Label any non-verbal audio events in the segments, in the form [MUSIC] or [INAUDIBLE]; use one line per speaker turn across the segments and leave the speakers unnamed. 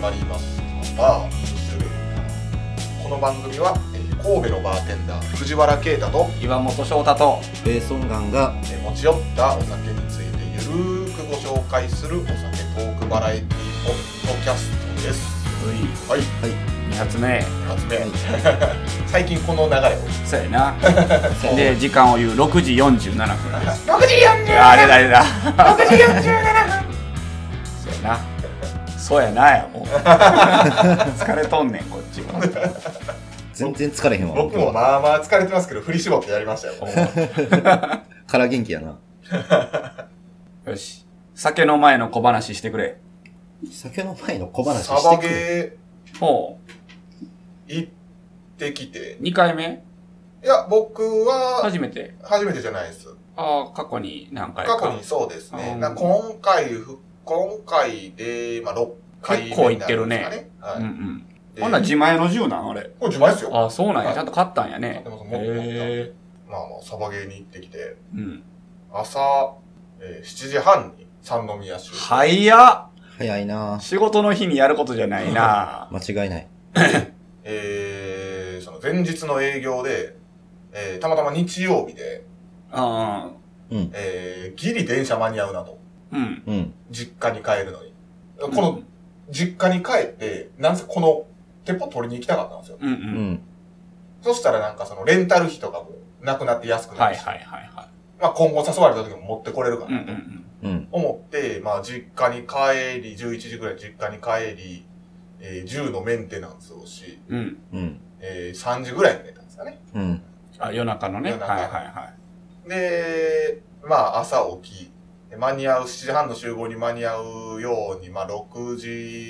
まりますバーするこの番組は、えー神戸のバーテンダー藤原啓太と、
岩本翔太と
ベーソンガンが
えー持ち寄ったお酒についてゆるーくご紹介するお酒トークバラエティポッドキャストですはい
2発目
二発目、
はい
最近この流れを
そうや
[LAUGHS]
なで時間を言う6時47分です
6時
いやあれ
47
だあ
[LAUGHS]
れだ
分6時47分
そうやなそうやな
[LAUGHS]
やもう疲れとんねんこっちは
全然疲れへんわ。
僕もまあまあ疲れてますけど振り絞ってやりましたよ
から元気やな。
よし酒の前の小話してくれ
酒の前の [LAUGHS] 小話
サバ
してくれ。
ゲ
ほ
ー行ってきて
う2回目
いや僕は
初めて
初めてじゃないです
ああ過去に何回か
過去にそうですね。
うん
な今回ふ、今回で、まあ、6回目
結構行ってるね
になるんですか
う
ね。
んう
はい。
ん
で
ほんなら自前の銃なんあれ
これ自前ですよ。
ああそうなん
は
や
い
ちゃんと買ったんや
買っ
ね
てます持ってます
へえ
まあ、まあサバゲーに行ってきて、
うん
朝、えー7時半に三宮市
早っ
早いな
仕事の日にやることじゃない
[LAUGHS]
な
間違いない。
えー、その前日の営業で、えー、たまたま日曜日で、
あ
えー、ギリ電車間に合うなと。
あうん
うん。
実家に帰るのに。この、実家に帰って、なんせこの、鉄砲取りに行きたかったんですよ。
うんう
うんん。
そしたらなんかその、レンタル費とかも、なくなって安くな
は
る
い
し
はいはいは
まあ、今後誘われた時も持ってこれるか
い。うん
な
うんう
と
ん。
うん。
思って、まあ、実家に帰り、11時ぐらい実家に帰り、えー銃のメンテナンスをし、
うん。
うん。
えー3時ぐらいに寝たんですかね。
うん。
あ、夜中のね。は
夜
い
中
はいは
で、まあ、朝起き、間に合う、7時半の集合に間に合うように、まあ、6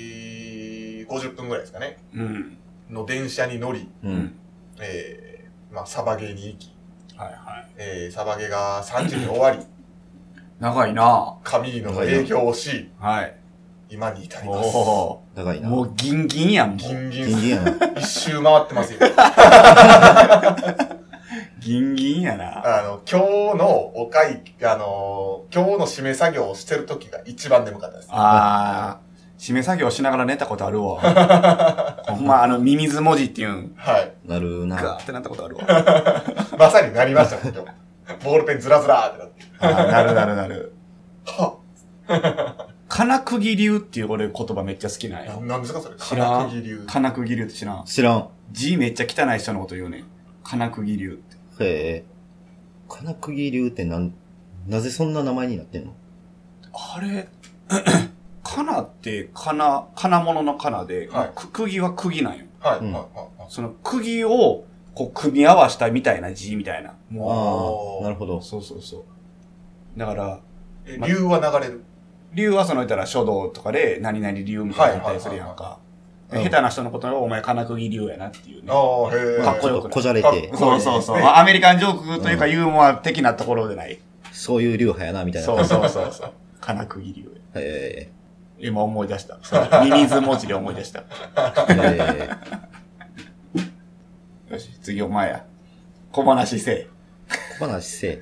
時50分ぐらいですかね、
い。うん。
の電車に乗り、
うん。
えーまあ、サバゲーに行き、
はいはい。
えーサバゲーが3時に終わり、
長いな
カミーノの影響をし、
はい。
今に至り
お
ます。
お
長い
ー。
な。
もうギンギンやん、も
ギ
う。
ンギン
ギンギンやな。
一周回ってますよ。
ギンギンやな。
あの、今日のお会計、あのー今日の締め作業をしてる時が一番眠かったです。
あー、締め作業しながら寝たことある [LAUGHS] わ。ほんま、あの、ミミズ文字っていうん。
はい。
なるな。
ガーってなったことある [LAUGHS] わ。
まさになりましたね、今日。ボールペンずらずらーってなって。
あーなるなるなる。
は
金釘流っていう俺言葉めっちゃ好きなん
な
よ。
なんですかそれ。
知らん
金釘流。
金釘流って知らん。
知らん。
字めっちゃ汚い人のこと言うねん。金釘流って。
へえ。金釘流ってなん、なぜそんな名前になってんの
あれ、 [CLEARS THROAT] かなって、かな、金物のかなで、
はい
く釘は釘なんよ。
はい、
うん
はい、はいはい。
その釘を、こう、組み合わしたみたいな字みたいな。
あ
おー
あ、なるほど。
そうそうそう。だから、
え流は流れる。
竜はその言ったら書道とかで、何々竜みたいなのあったりするやんか。
いはいはい
下手な人のことをお前金釘竜やなっていうね。
ああ、へえ。
かっ
ち
こよ
ょっとこじゃれ
かっこよ
て
く、
そうそうそう。
ね
まあアメリカンジョークというか
うん
ユーモア的なところでない。
そういう流派やな、みたいな。
そうそうそう
[LAUGHS]
そう。金釘竜や。
へ
今思い出した。そうミミズ文字で思い出した。
え。へ
よし、次お前や。小話せえ。
え。小話せえ。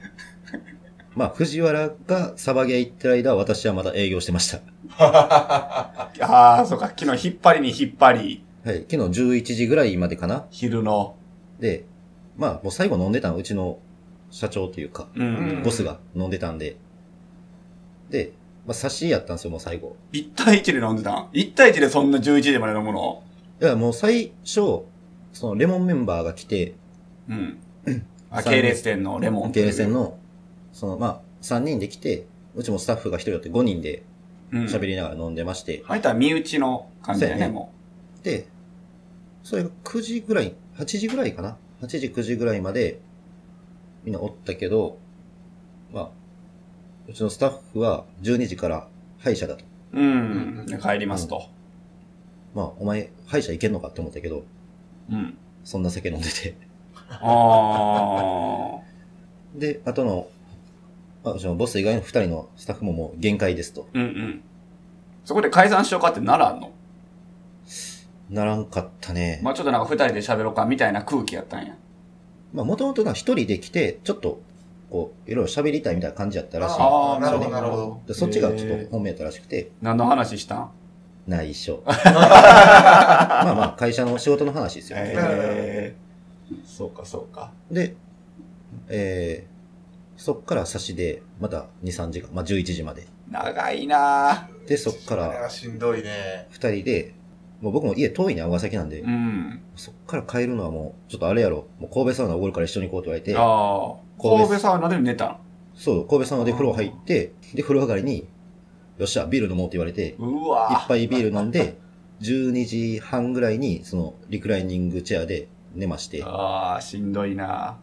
まあ、藤原がサバゲー行ってる間、私はまだ営業してました。
ああ、そうか、昨日引っ張りに引っ張り、
はい。昨日11時ぐらいまでかな。
昼の。
で、まあ、もう最後飲んでたの、うちの社長というか、
うん
うん
ボスが飲んでたんで。で、まあ、差しやったんですよ、もう最後。
1対1で飲んでたん ?1 対1でそんな11時まで飲むの
いや、もう最初、そのレモンメンバーが来て、
うん。あ、
三人
系列店のレモン。
ゲーセン。の、その、まあ、3人で来て、うちもスタッフが1人だって5人で
うん。
喋
り。
りながら飲んでまして、
あいたら身内の感じだよ
そう
ね、
やね
も
で、それが9時ぐらい、8時ぐらいかな ?8 時、9時ぐらいまで、みんなおったけど、まあ、うちのスタッフは12時から歯医者だと。
う。うん。で帰りますと。
まあ、お前、歯医者行けんのかって思ったけど、
うん。
そんな酒飲んでて。
ああ。
で、あとの、まあ、うちのボス以外の2人のスタッフももう限界ですと。
うんうん。そこで解散しようかってならんの
ならんかったね。
まあちょっとなんか二人で喋ろうかみたいな空気やったんや。
まあ、もともとな、一人で来て、ちょっと、こう、いろいろ喋りたいみたいな感じやったらし
あ
い。
ーなるほどなるほど
でそっちがちょっと本命やったらしくて、
何の話したん [LAUGHS]
内緒。まあまあ、会社の仕事の話ですよ。
えー、そうかそうか。
で、えー、そっから差しで、また2、3時間、まあ11時まで。
長いな
で、そっか
それ
ら
はしんどいね。
2人で、もう僕も家遠いね、尼崎なんで、
うん。
そっから帰るのはもう、ちょっとあれやろ、もう神戸サウナおごるから一緒に行こうと言われて、
ああ。神戸サウナで寝たん
そう、神戸サウナで風呂入って、で、風呂上がりに、よっしゃ、ビール飲もうって言われて、
うわ
一杯ビール飲んで、12時半ぐらいに、その、リクライニングチェアで寝まして、
ああ、しんどいな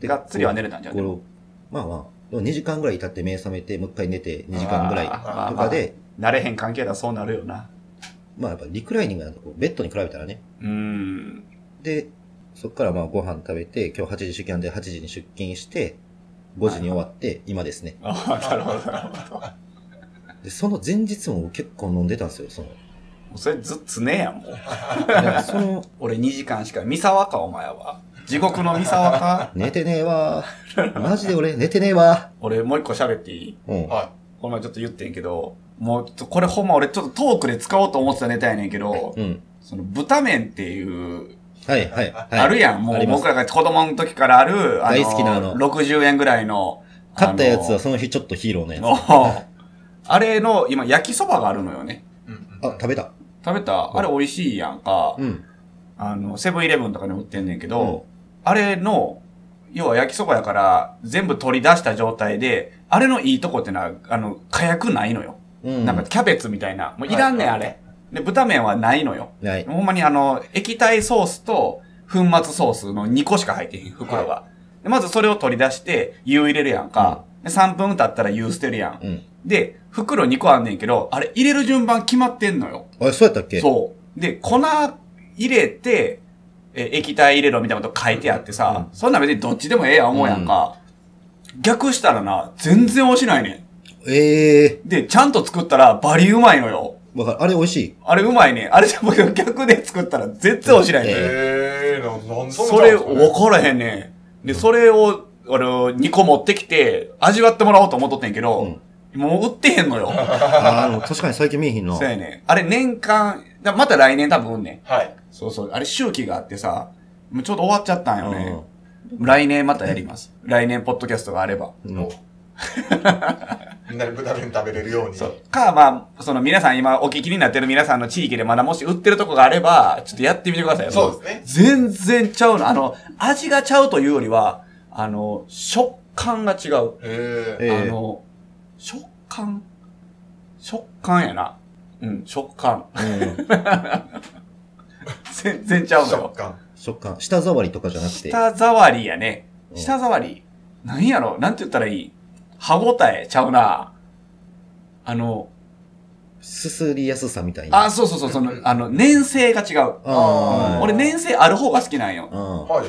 で
がっつりは寝れたんじゃ
こ
な
れ
い
をまあまあ、でも2時間ぐらい経って目覚めて、もう一回寝て2時間ぐらいと
あー
かで、
慣れへん関係だ、そうなるよな。
まあやっぱリクライニングなんてこうベッドに比べたらね。
うん。
で、そっからまあご飯食べて、今日8時出勤なんで8時に出勤して、5時に終わって、今ですね。
あ
[LAUGHS]
あ、なるほど、なるほど。
で、その前日も結構飲んでたんですよ、その。
もうそれずっつねえやん、もう。
だからその、。
俺2時間しか、三沢か、お前は。地獄の三沢か
[LAUGHS] 寝てねえわー。マジで俺、寝てねえわ
俺もう一個喋っていい
ー。うん。
は
この前ちょっと言ってんけど、もうちょっとこれほんま俺ちょっとトークで使おうと思ってたネタやねんけど、
うん。
その豚麺っていう、
はい、はい、はい。
あるやん、も
あ
う
ります
僕らが子供の時からある、
大好きなあの
60円ぐらいの。
勝ったやつは
あ
その日ちょっとヒーローのやつ。
の、の [LAUGHS] あれの今焼きそばがあるのよね。
い。うん
あ、食べた。
食べたあれ美味しいやんか。
うん。
あの、セブンイレブンとかに売ってんねんけ
うん
ど、あれの、要は焼きそばやから全部取り出した状態で、あれのいいとこってのは、あの、火薬ないのよ。
うん。
なんかキャベツみたいな。もういらんねん、
は
あ
い
れ。で、豚麺はないのよ。
ない。
ほんまにあの、液体ソースと粉末ソースの2個しか入ってへん、袋が。でまずそれを取り出して、湯入れるやんか。で3分経ったら湯捨てるやん。
うん。
で、袋2個あんねんけど、あれ入れる順番決まってんのよ。
あれ、そうやったっけ
そう。で、粉入れて、え液体入れろみたいなこと書いてあってさ、そんなん別にどっちでもええやん思うやんか。逆したらな、全然落ちないね
ええ
ん。で、ちゃんと作ったらバリうまいのよ。
わかる。あれ美味
[LAUGHS]
しい。
あれうまいね。あれじゃ僕逆で作ったら全然落ちないね。
ええー、ななんでんな
それ
ことない
分からへんねん。で、それを、あの、2個持ってきて、味わってもらおうと思っとってんけど、もう売ってへんのよ。
ああ、でも確かに最近見えひんな。
そうやねん。あれ年間、だまた来年多分売んねん。
はい。
そうそう。あれ周期があってさ、もうちょっと終わっちゃったんよね。
う
来年またやります。来年ポッドキャストがあれば。
ん。うん
みんなで豚麺食べれるように。
そう。か、まあ、その皆さん今お聞きになってる皆さんの地域でまだもし売ってるとこがあれば、ちょっとやってみてください。
そうですね
全然ちゃうの。あの、味がちゃうというよりは、あの、食感が違う。
ええ
え
あの、食感食感やな。うん、食感。 [LAUGHS]
うん
全然ちゃうのよ
食。感。
食感。舌触りとかじゃなくて。
舌触りやね。
うん
舌触り。何やろなんて言ったらいい歯応えちゃうな。あの、
すすりやすさみたいな。
あ、そうそうそう、その、あの、粘性が違う。
あ
ー
俺粘性ある方が好きなんよ。
うん。
はいはいはい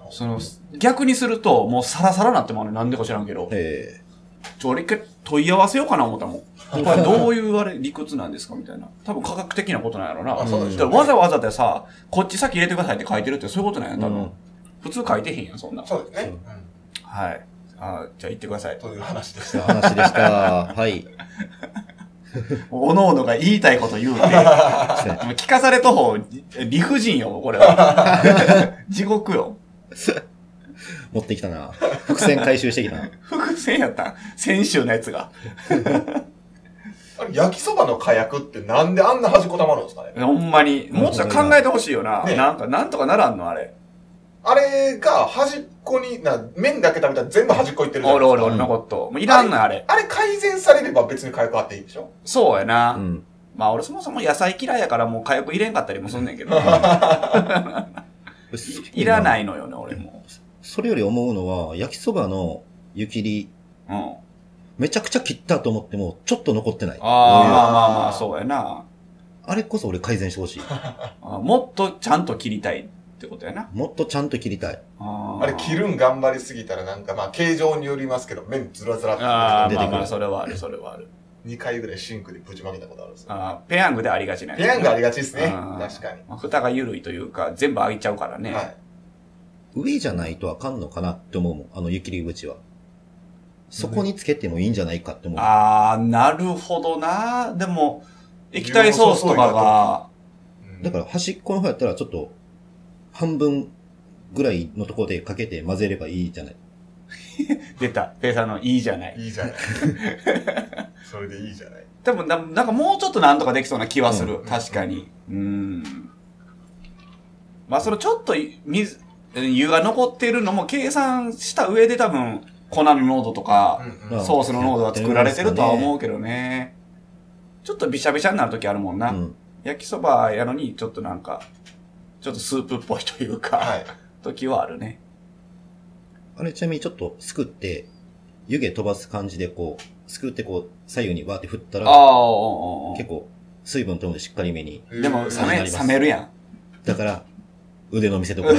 はい。
その、逆にすると、もうサラサラなってもあるなんでか知らんけど。
え
ちょ、俺一回問い合わせようかな思ったもん。これどういうあれ、理屈なんですかみたいな。多分科学的なことなんやろな。
あそうでしょうね
だからわざわざでさ、こっち先入れてくださいって書いてるってそういうことなんや、
え。
多分。
うん
普通書いてへんやん、そんな。
そうですね。
そう
うん。
はい。あじゃあ行ってください。
という話でし
そうい
た。
う話でした。はい。
おのおのが言いたいこと言うて。聞かされた方、理不尽よ、これは。 [LAUGHS] 地獄よ。
持ってきたな。伏線回収してきたな。
伏線やったん先週のやつが。
あれ焼きそばの火薬ってなんであんな端っこたまるんですかね
ほんまに。もうちょっと考えてほしいよな。
ね
なんか、なんとかならんの、あれ。
あれが端っこに、な麺だけ食べたら全部端っこいってるじゃな
お
いで
る
す
お
か。
るおるのこと。もういらんのよ、あれ。
あれ改善されれば別に火薬あっていいでしょ
そうやな。
うん。。
まあ俺そもそも野菜嫌いやからもう火薬入れんかったりもすんねんけ [LAUGHS] ど。 [LAUGHS] いらないいのよね、俺も。
それより思うのは、焼きそばの湯切り、
うん。あ
めちゃくちゃ切ったと思っても、ちょっと残ってない。
あ、まあまあまあ、そうやな。
あれこそ俺改善してほしい。
あもっとちゃんと切りたいってことやな。
もっとちゃんと切りたい。
あー
あれ切るん頑張りすぎたらなんかまあ形状によりますけど麺ずらずらっ
ああ、
て
ま
出
あ
て
ま
く
あ、
る。
それはある、それはある。
2回ぐらいシンクでぶちまけたことあるんですよ。
あーペヤングでありがちなやつ
ペヤングありがちですね。
あー
確かに。
まあ蓋が緩いというか、全部開いちゃうからね。
はい。
上じゃないとあかんのかなって思うもん。あの湯切り口は。そこにつけてもいいんじゃないかって思う。
ああ、なるほどな。でも、液体ソースとかが、
うん
だから端っこの方やったらちょっと半分ぐらいのところでかけて混ぜればいいじゃない。
出た。ペイさんのいいじゃない。
いい
[LAUGHS]
じゃない。それでいいじゃない。
多分な、なんかもうちょっとなんとかできそうな気はする。
ん
確かに。うん。まあ、そのちょっと水、湯が残ってるのも計算した上で多分、粉の濃度とか、
うんうん
ソースの濃度は作られてるとは思うけどね。ちょっとびしゃびしゃになる時あるもんな。
うん。
焼きそばやのに、ちょっとなんか、ちょっとスープっぽいというか、
はい。
時はあるね。
あれちなみにちょっとすくって、湯気飛ばす感じでこう、すくってこう左右にわーって振った
ああ、
ら、
おうおうおう
結構水分飛んでしっかりめに。
でも、冷め、
なります
冷めるやん。
だから、腕の見せ所よ。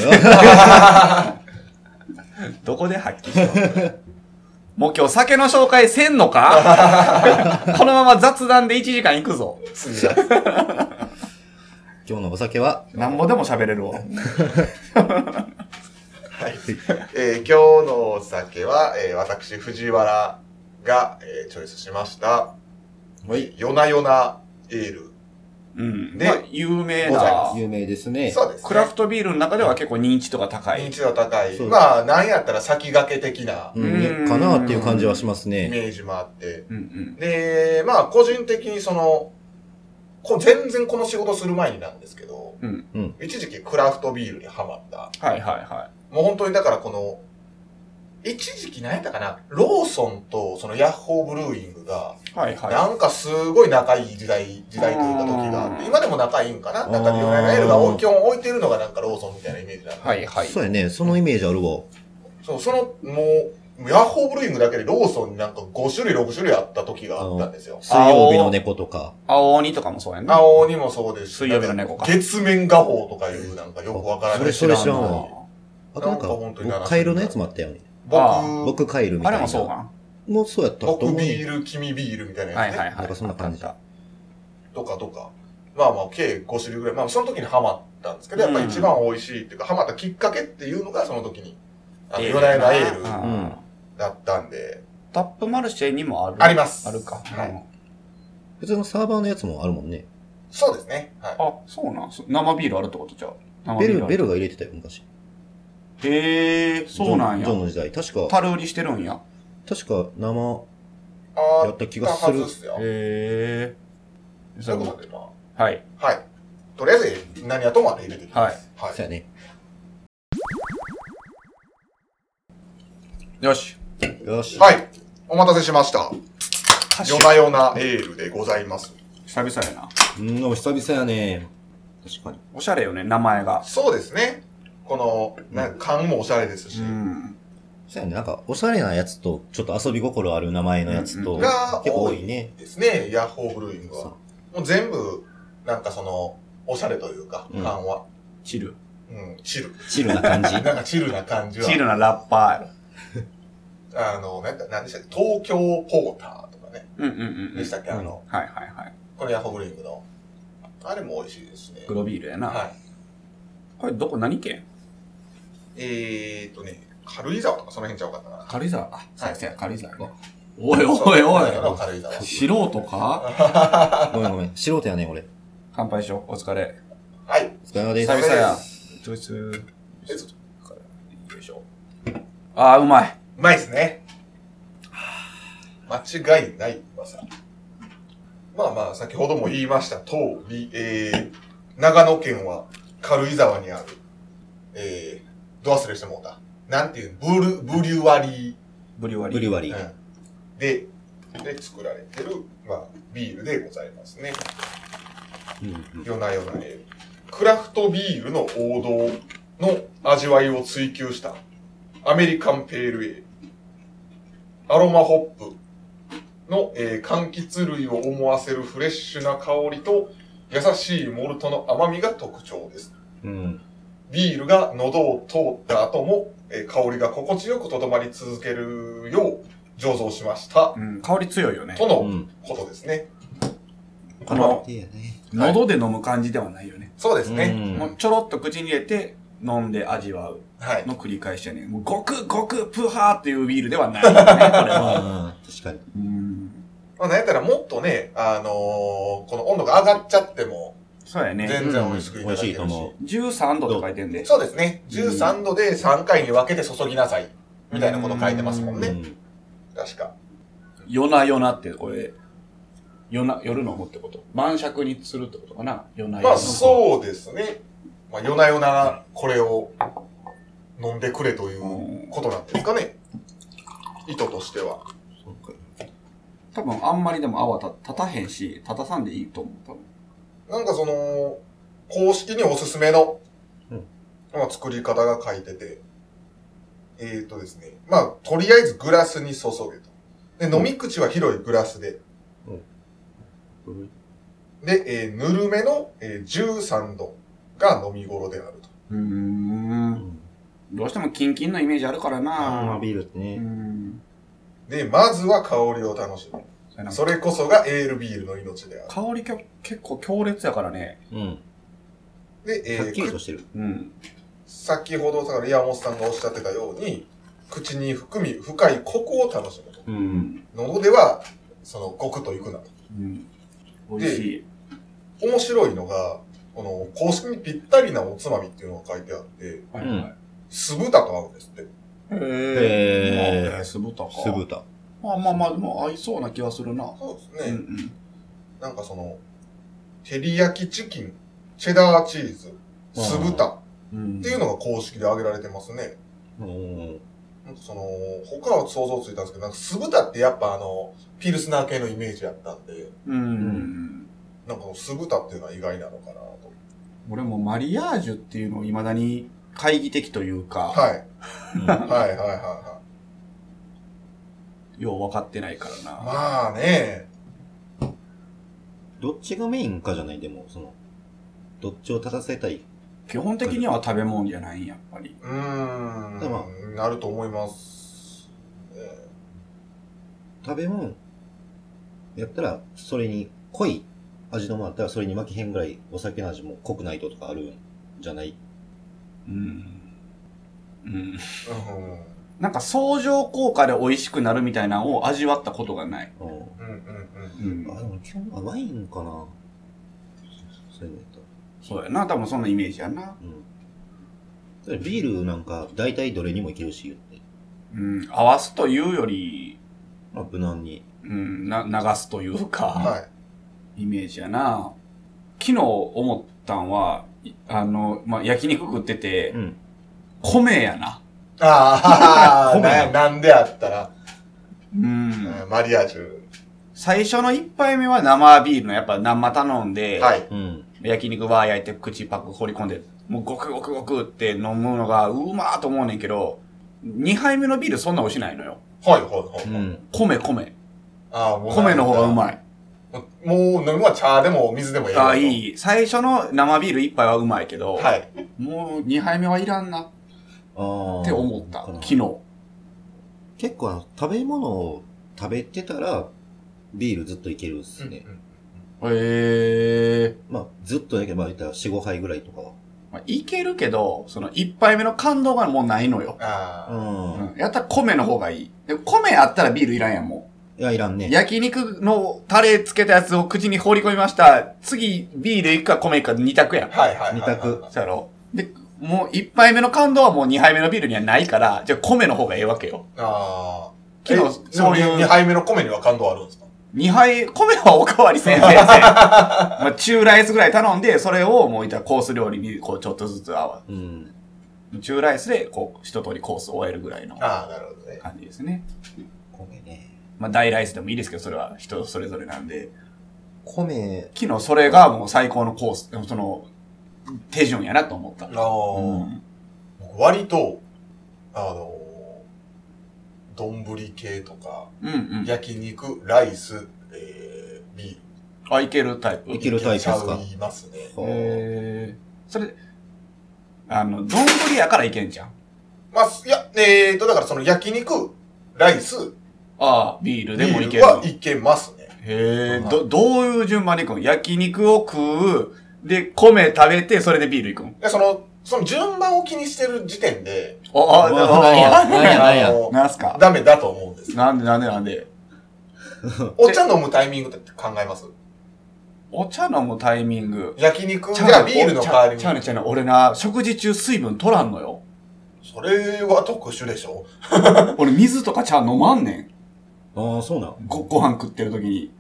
[LAUGHS] どこで発揮しよう。もう今日酒の紹介せんのかこのまま雑談で1時間いくぞ。
すぐ
今日のお酒は、
なんぼでも喋れるわ。
はい。えー今日のお酒は、えー私、藤原が、えーチョイスしました。
はい。
夜な夜なエール。
うん。
で
で、有名
ございま
な、
有名ですね。
そうです、ね。
クラフトビールの中では結構認知度が高
認
い。
知度高い。
そう
まあ、なんやったら先駆け的な
う
うん
ん、かなっていう感じはします
イ
ね。
メージもあって。
うんうん。
で、まあ、個人的にその、こ全然この仕事する前になんですけど、
うん
うん
一時期クラフトビールにハマった。
はいはいは
もう本当にだからこの、一時期何やったかな、ローソンとそのヤッホーブルーイングが、
い。はいはい。
なんかすごい仲いい時代、時代というか時があって、
うん
今でも仲いいんかな
うん
なんか、ヨナガエルが基本置いてるのがなんかローソンみたいなイメージなんで、
はいはい。
そうやね、そのイメージあるわ。
そう、その、もう、ヤッホーブルーイングだけでローソンになんか5種類、6種類あった時があったんですよ。
水曜日の猫とか。
青鬼とかもそうやんな。
青にもそうですし
水曜日の猫か
月面画法とかいうなんかよくわからない。
それ知らんわあとなん
なんか本当に
か、カエルのやつもあったよね。
あ
僕、
僕カエルみた
あ
いな。
れもそうか
もうそうやったと思
僕
う
ビ
ね。
ール、君ビールみたいな
な。
やつ
はい
ね。
はいはい。
なんかそんな感じ
あったあ
と
っ
かとか。まあまあ、計5種類ぐらい。まあ、その時にハマったんですけど、やっぱり一番美味しいっていうか、ハマったきっかけっていうのが、その時に、あ
た。
の、夜な夜なエール
う
うんん
だったんで、
タップマルシェにもある。
あります
あるか。
はい
うん
普通のサーバーのやつもあるもんね。
そうですね。はい。
あ、そうなんそ生ビールあるってことじゃあ生
ベ
ビー
ル、
ある
ベルが入れてたよ、昔。
へえ、そうなんや
ジョ。ンジョンの時代。確か、
樽売りしてるんや。
確か生、
あ
やった気がす
やっ
る
たはずっすよ。
へえ。
そういうことで、ま
はい。
あ、はい。とりあえず、何やともあれ入れてきます。はい。
そうやね。
よし。
よし。
はい。お待たせしました。夜
久
な夜なエールでございます。
々やな。
うん、お久々やね。確かに。
おしゃれよね、名前が。
そうですね。この、なんか缶もおしゃれですし、
ん。
そうやね。なんか、おしゃれなやつと、ちょっと遊び心ある名前のやつ
うん
と、
うん
結
が
構多いね。
ですね、ヤッホーブルーイングは。
そ
もう全部、なんかその、おしゃれというか、
うん
缶は。
チル。
うん、チル。
うチルな
[LAUGHS]
感じ。
なんかチルな感じは。
チルなラッパーや
あの、なんか、なんでしたっけ、東京ポーターとかね。
ろ。うんうんうんう
で
ん。
したっけ、あの、
はいはいはい。
このヤホーグリングの。あれも美味しいですね。
黒ビールやな。
はい。
これどこ、何県
えーっとね、軽井沢とかその辺ちゃうかったかな。
軽井沢。あ、
はい
先生、軽井沢やね。おいおいおい
そう。軽井沢。
[LAUGHS] 素人か
ごめんごめん。素人やね、俺。
乾杯しよう。お疲れ。
はい。
お疲れ様です
久。々や
で。
ドイツ。よいしょ。ああ、うまい。
うまいですね。間違いない、まさにまあまあ、先ほども言いました通り、えー、長野県は軽井沢にある、えー、ど忘れしてもうた。なんていうのブル、ブリュワリ
ブリュワリー。
ブリュワリ
ー、
ー。
うんで、で作られてる、まあ、ビールでございますね。
うん
夜な夜なエール。クラフトビールの王道の味わいを追求したアメリカンペールエール。アロマホップの、えー柑橘類を思わせるフレッシュな香りと優しいモルトの甘みが特徴です。
うん。うん。
ビールが喉を通った後も、えー香りが心地よくとどまり続けるよう醸造しました。
うん、香り強いよね。
と
う
の
ん。
ことですね。
この、
いいやね。
はい
喉で飲む感じではないよね。
そうです
う
ね。
ん
もうちょろっと口に入れて、飲んで味わう
はい。
の繰り返しやね。もう、 [LAUGHS] ごくごくプハーっていうビールではないよね、これは。
ああ、確かに。
うん。
まあ、なんやったらもっとね、あのーこの温度が上がっちゃっても、
そうやね。
全然美味しくいただけるし。
うんうん美味しいと思
13度って書いてんで。
そうですね。13度で3回に分けて注ぎなさい。みたいなこと書いてますもん
う
ね。
ん
確か。
夜な夜なって、これ、夜な、夜の思ってこと。晩酌にするってことかな。夜な夜な。
まあ、そうですね。まあ、夜な夜なこれを飲んでくれということなんですかね。意図としては。
そうか
多分あんまりでも泡立立たへんし、立たさんでいいと思う。多分
なんかその、公式におすすめの、
うん
まあ、作り方が書いてて、えー、とですね、まあ、とりあえずグラスに注げと。で、飲み口は広いグラスで、
うん
で、えーぬるめの、えー13度が飲み頃であると。
うん。どうしてもキンキンのイメージあるから
あーま
な
あ、ビールって
う
ね。
ん。
で、まずは香りを楽しむ。
そうやな
それこそがエールビールの命である。
香りきょ結構強烈やからね。
うん。
で、え
はっきり
ー
と
く
してる。
うん。
先ほど、だから山本さんがおっしゃってたように、口に含み、深いコクを楽しむと。
うん。
喉では、その、ゴクと行くなと。
うん。美味しい。
面白いのが、この、公式にぴったりなおつまみっていうのが書いてあって、
はい
う
は
ん
い。
酢豚と合うんですって。
へ
へー
ー。酢豚か。
酢。豚。
まあまあまあ、でも合いそうな気はするな。
そうで
う
す
んう
ね。
ん。
なんかその、照り焼きチキン、チェダーチーズ、酢豚
うん
っていうのが公式で挙げられてますね。
うん。
なんかその、他は想像ついたんですけど、なんか酢豚ってやっぱあの、ピルスナー系のイメージやったんで、
うん。
なんかこの酢豚っていうのは意外なのかなと。
俺もマリアージュっていうのを未だに懐疑的というか、
はい。
うん
はいはいはいは
よう分かってないから
い。
な。
まあね、
どっちがメインかじゃない、でも、その、どっちを立たせたい。
基本的には食べ物じゃないんやっぱり。
うーん、
でも
なると思います。ね
食べ物やったら、それに濃い味のものあったら、それに負けへんぐらいお酒の味も濃くないととかあるんじゃない
うん。う
う
ん。
ん
なんか相乗効果で美味しくなるみたいなのを味わったことがない。
うん。
うんうんうん。
うん
あ、でも基本はワインかな。そういうのやったら。
そうやな。多分そんなイメージやな。
うん。だからビールなんか、大体どれにもいけるし、言って。
うん。合わすというより、
まあ、無難に。
うん、な流すというか、
はい。
イメージやな。昨日思ったんは、いあの、まあ、焼肉食ってて、
うん。
米やな。
あ
[LAUGHS]
あ、
米
ななんであったら、
うん。
マリアージュ。
最初の一杯目は生ビールのやっぱ生頼んで、
はい。
うん。
焼肉は焼いて口パック放り込んで、もうゴクゴクゴクって飲むのがうまーと思うねんけど、2杯目のビールそんな美味しないのよ。
はいはいはい。
ん。
米米。
ああ、も
米の方がう
い。
まい。
もう飲むは茶でも水でもいい。
ああ、いい。最初の生ビール一杯はうまいけど、
はい。
もう2杯目はいらんなっ
ああ。
て思った。
かな
昨日。
結構あの、食べ物を食べてたら、ビールずっといけるっすね。
ええ
まあ、ずっとだけど、まあ言ったら4、5杯ぐらいとかは。
まあ、いけるけど、その1杯目の感動がもうないのよ。
あ
う。
うん
やったら米の方がいい。で米あったらビールいらんやん、も
ん。いや、いらん
う。
ね。
焼肉のタレつけたやつを口に放り込みました。次、ビールいくか米いくか2択やん
あ。。はいはいはいはい。
二択
そうやろで、もう1杯目の感動はもう2杯目のビールにはないから、じゃあ米の方がええわけよ。
ああ。
昨日、そういう。
2杯目の米には感動あるんですか
二杯、米はおかわりせんせんせん。
[LAUGHS]
まあ、中ライスぐらい頼んで、それをもういたらコース料理に、こう、ちょっとずつ合わ
うん。
中ライスで、こう、一通りコースを終えるぐらいの
ああ、なるほどね。
感じですね。
米ね。
まあ、大ライスでもいいですけど、それは人それぞれなんで。
米、
昨日それがもう最高のコース、その、手順やなと思った。
ああ、
うん。
僕割と、あのー、丼系とか、
うんうん。
焼肉、ライス、えー、ビ
あ、いけるタイプ。
い
ール。
けるタイプですか
ちゃいますね。
は
へーそれ、あの、丼やからいけんじゃん。
まあ、いや、えーと、だからその焼肉、ライス、
ああ、ビールでもいける。
はいけますね。
へえ、
はい
ど、どういう順番で行くん焼肉を食う、で、米食べて、それでビール行くん
で、その、その順番を気にしてる時点で、
あ、
あなんや、なんや、なんや。
あの
なんすか
ダメだと思うんです。
なんでなんでなんで
お茶飲むタイミングって考えます
お茶飲むタイミング。
焼肉じ
ちうね
ゃあビールの代わり
ちゃうね
に。
ちゃうね。俺な、食事中水分取らんのよ。
それは特殊でしょ
俺水とか茶飲まんね
ああ、そうなん。
ん。ご、ご飯食ってる時に。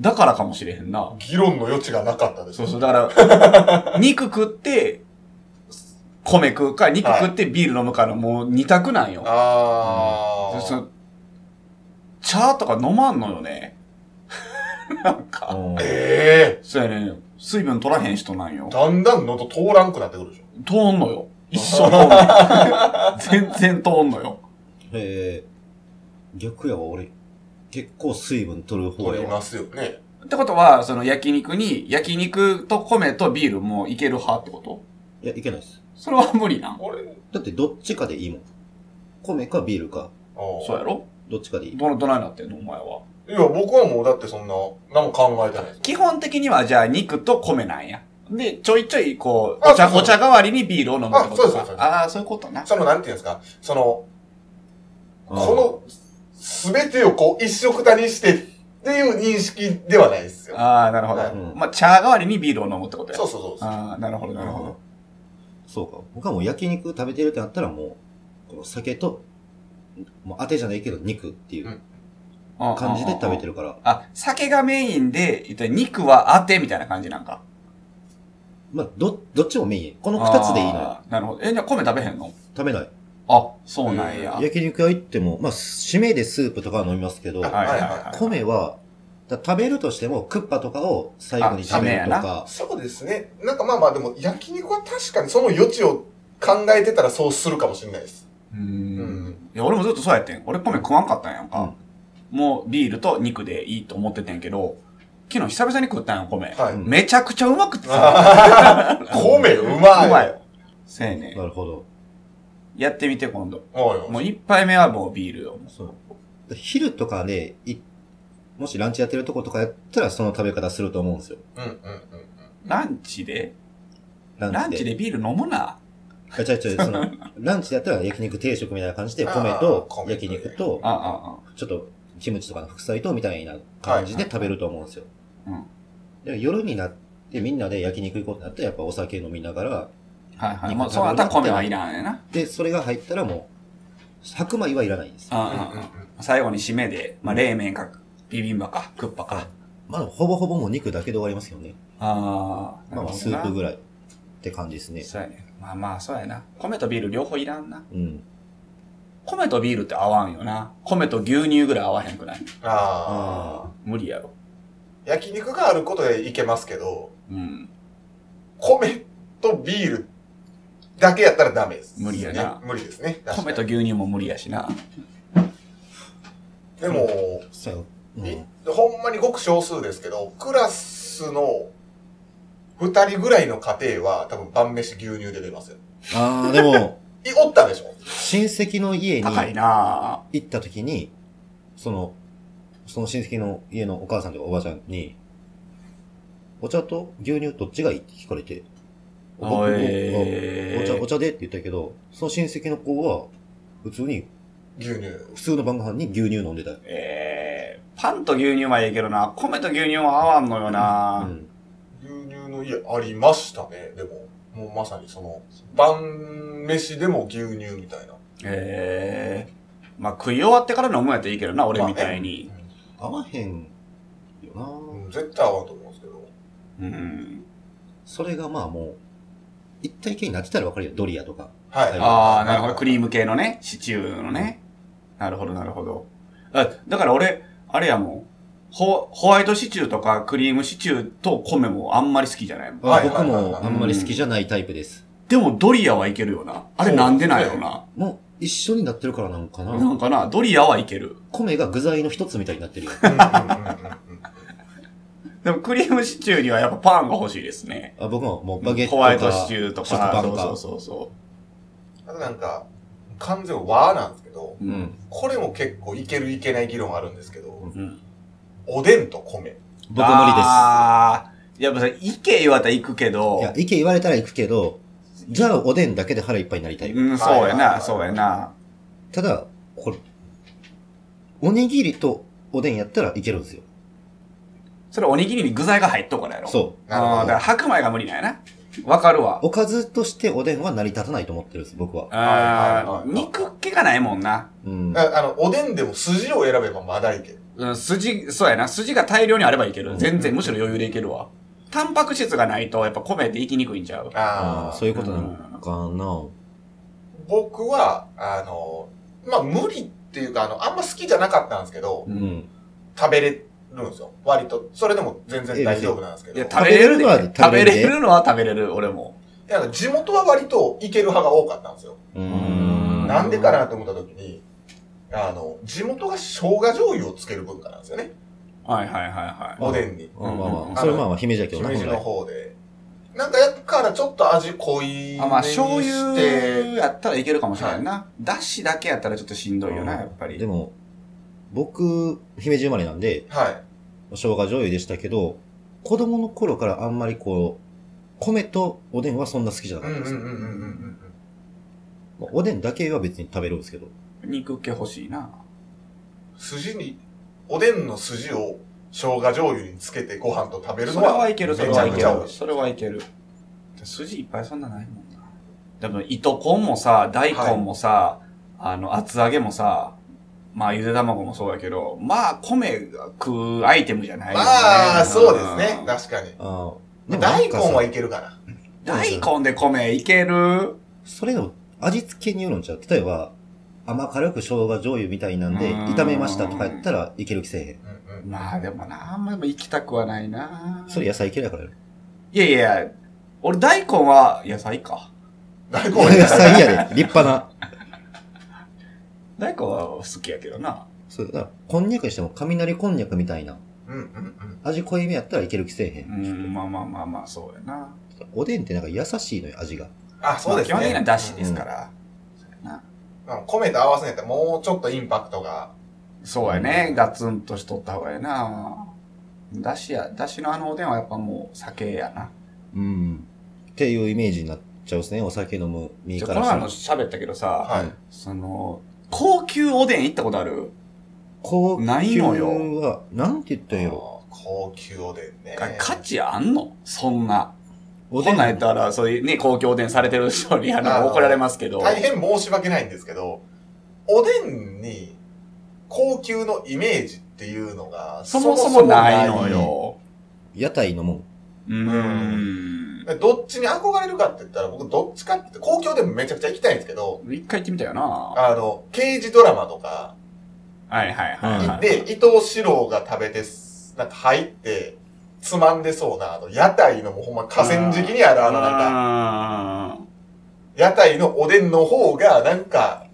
だからかもしれへんな。
議論の余地がなかったです。
そうそう。だから、肉食って、米食うか、肉食ってビール飲むから、もう二択なんよ。
あ
そ
ー。
の茶とか飲まんのよね。なんか。
ええ
そうやね。水分取らへん人なんよ。
だんだん喉通らんくなってくるでしょ
通んのよ。一生通んねん。全然通んのよ。
えー、逆やわ、俺。結構水分取る方
取り
やわ。
ますよね。
ってことは、その焼肉に、焼肉と米とビールもいける派ってこと
いや、いけないです。
それは無理なん。
俺、
だってどっちかでいいもん。米かビールか、
そうやろ
どっちかでいい。
どのどないなってんのお前は。
いや、僕はもうだってそんな、何も考えてないです。
基本的にはじゃあ肉と米なんや。で、ちょいちょいこう、
あ
お茶、
そうそう
お茶代わりにビールを飲むってこと
あそうそうそうそう
ああー、そういうことな。
その、なんていうんですか、その、
あー
この、すべてをこう、一色たにしてっていう認識ではないですよ。
ああ、なるほど。
はい
まあ、茶代わりにビールを飲むってことや。
そうそうそうそう。
ああ、なるほど、なるほど。
そうか。僕はもう焼肉食べてるってなったらもう、この酒と、もう当てじゃないけど肉っていう
うん
感じで食べて
る。
るから。
あ、酒がメインで、言ったら肉は当てみたいな感じなんか。
まあ、ど、どっちもメイン。この二つでいいのよ。
あーなるほど。え、じゃあ米食べへんの
食べない。
あ、そうなんや。
焼肉屋行っても、まあ、締めでスープとかは飲みますけど、
はいはいはい。
米は、だ食べるとしても、クッパとかを最後に食べるとか、
そうですね。なんかまあまあ、でも、焼肉は確かにその余地を考えてたらそうするかもしれないです。
う
うん
ん。いや、俺もずっとそうやってん。俺米食わんかったんやんか。もうビールと肉でいいと思っててんけど、昨日久々に食ったんやん、米。
はい。
うん
めちゃくちゃうまくてさ。
あ [LAUGHS] ー米うまい。
うまい。せやね
なるほど。
やってみて、今度。
おいおい
もう一杯目はもうビールよ。
そう。昼とかで、いもしランチやってるとことかやったら、その食べ方すると思うんですよ。
うんうんうんうん。
ランチで
ランチで。
ランチでビール飲むな。
あ、違う違う、その、ランチだったら焼肉定食みたいな感じで、
あ
米
ー
と
米と
焼肉と
あ、あ、あ
ちょっとキムチとかの副菜とみたいな感じで食べると思うんですよ。
はいはい
で夜になってみんなで焼肉行こうってなったら、やっぱお酒飲みながら、
あ。はいはい。
肉
まあ、そうなったら米はいらんやな。
で、それが入ったらもう、白米はいらないんですよ。
う
ああ
んうんうん
ああ。最後に締めで、まあ、冷麺か、ビビンバか、クッパか。
まあ、ほぼほぼもう肉だけで終わりますよね。
ああ。
まあまあ、スープぐらいって感じですね。
そうやね。まあまあ、そうやな。米とビール両方いらんな。
うん。
米とビールって合わんよな。米と牛乳ぐらい合わへんくない
ああ。
無理やろ。
焼肉があることでいけますけど、
うん。
米とビールだけやったらダメです、ね。
無理やな
無理ですね。確か
米
に
と牛乳も無理やしな。
でも、
そう。う
い
ん。
ほんまにごく少数ですけど、クラスの二人ぐらいの家庭は多分晩飯牛乳で出ますよ。
ああ、でも、 [LAUGHS]
い、おったでしょ
親戚の家に
高いな
行った時に、その、その親戚の家のお母さんとかおばあちゃんに、お茶と牛乳どっちがいいって聞かれて、僕
おい
おお茶、お茶でって言ったけど、その親戚の子は、普通に、
牛乳。
普通の晩ご飯に牛乳飲んでたよ。
えー、パンと牛乳はいいけどな、米と牛乳は合わんのよな、
う
牛
ん。
乳の家ありましたね。でも、もうまさにその、晩飯でも牛乳みたいな。
えー、まあ食い終わってから飲むんやったらいいけどな、俺みたいに。
まあね
合わへんよな、
うんうん絶対合わんと思うんですけど。
うん。
それがまあもう、一体系になってたらわかるよ。ドリアとか。
はい。
ああ、なるほど。クリー
ム。
ム系のね、シチューのね。なるほど、なるほど。あだから俺、あれやもん。ホホワイトシチューとかクリームシチューと米もあんまり好きじゃないもん。
はい
僕
はいはいはい
もあんまり好きじゃないタイプです。
でもドリアはいけるよな。あれなんでなんやろな。
もう一緒になってるからなんかな。
なんかな、ドリアはいける。
米が具材の一つみたいになってるよ。
うんうんうんうんうん
でもクリームシチューにはやっぱパンが欲しいですね。
あ僕ももうバゲット
ホ
か
ワイトシチューと
食
か。
パ
そ
ン
う
か。
そうそうそ
あとなんか、完全和なんですけど、
う。うん。
これも結構いけるいけない議論あるんですけど、
うん、
おでんと米。
僕無理です。
ああ。やっぱさ、意見言われたら行くけど
い。や、意見言われたら行くけど、じゃあおでんだけで腹いっぱいになりたい。
うん、そうやな、そうやな。
ただ、これ、おにぎりとおでんやったらいけるんですよ。
それおにぎりに具材が入っとくからやろ。う。
そう。
なるほ
あ
ど
あ、だから白米が無理なんやな。わかるわ。
おかずとしておでんは成り立たないと思ってるんです、僕は。
はいはい
あ
はい
あ、肉気がないもんな。
うん。
ああの、おでんでも筋を選べばまだいける。
うん、筋、そうやな。筋が大量にあればいけ
う
る。
ん
全然、むしろ余裕でいけるわ。タンパク質がないと、やっぱ米って生きにくいんちゃう。
あ
あー
あ
そういうことなのかな。
僕は、あの、まあ、無理っていうか、あの、あんま好きじゃなかったんですけど、
う
うんん。
食べれるんですよ。割と。それでも全然大丈夫なんですけ
い
ど。
や、
い
食べれるで食
食
べ
べ
れ
れ
る
る
のは食べれる、俺も。
や地元は割といける派が多かったんですよ。
う
うん
ん。
なんでかなと思った時に、あの、地元が生姜醤油をつける文化なんですよね。
はいはいはいはい。
おでんに。
まあま
う
あ
ん
まあ、それまあまあ、姫路だけどな、
姫路の
本
方で。なんかやっからちょっと味濃いめにして。
あまあ、醤油やったらいけるかもしれないな。だしだけやったらちょっとしんどいよな、
うん
やっぱ
来
り。
でも、僕、姫路生まれなんで、
はい。
生姜醤油でしたけど、子供の頃からあんまりこう、米とおでんはそんな好きじゃな
う
か
ん
っ
う
た
ん
で
う
す。
んうんうんうん。
まあおでんだけは別に食べるんですけど。
肉気欲しいな。
筋に、おでんの筋を生姜醤油につけてご飯と食べる
そ
の
れ
は、
はいける、それ
めち
は
ゃ
い
く
け
ちゃ美
る。
味しい。
それはいける。筋いっぱいそんなないもんな。でも、糸こんもさ、大根もさ、あの、厚揚げもさ、まあ、ゆで卵もそうやけど、まあ、米が食うアイテムじゃないよね。
まあ、そうです
う
ね。
ん
確かに。
ああ。
大根
は
はいけるかな。
大根で米いける
それの味付けによるんちゃう例えば、甘辛く生姜醤油みたいなんで、
うん
炒めましたとかやったらいける気せえへん。
うんうん
まあ、でもな、あんまり行きたくはないな。
それ野菜嫌いだからよ。
いやいや、俺大根は野菜か。
大根
野
はいける。
菜やで、立派な。
大根は好きやけどな。
そうだから、こんにゃくにしても雷こんにゃくみたいな。
うんうんうん。
味濃いめやったらいける気せえへ。
うんん、まあまあまあまあ、そうやな。
おでんってなんか優しいのよ、味が。
あ、そうですね。
まあ基本的にはだしですから。そうや
う
な
ん。うん米と合わせないともうちょっとインパクトが。
そうやね。ガツンとしとった方がええな。だしや、だしのあのおでんはやっぱもう酒やな。
うん。っていうイメージになっちゃうですね、お酒飲む身
じゃ
か
この
らした
前も。喋
ら
ったけどさ、
はい。
その、高級おでん行ったことある、
高級
ないのよ
は、なんて言ったんやろ。
高級おでんね。
価値あんのそんな。
お
お
で
で
ん
んやったら、そういうね、公共おでんされてる人にあの
あー
怒られますけど。
大変申し訳ないんですけど、おでんに高級のイメージっていうのが、
そもそもないの。よ。
屋台のもん。
うーん。
どっちに憧れるかって言ったら、僕どっちかって言って、公共でもめちゃくちゃ行きたいんですけど、
一回行ってみたよな。は
あの、刑事ドラマとか、
いはいはいはい。
で、伊藤四郎が食べてす、なんか入って、つまんでそうな、あの、屋台のもうほんま河川敷にあるあのなんか、
か、
屋台のおでんの方が、なんか、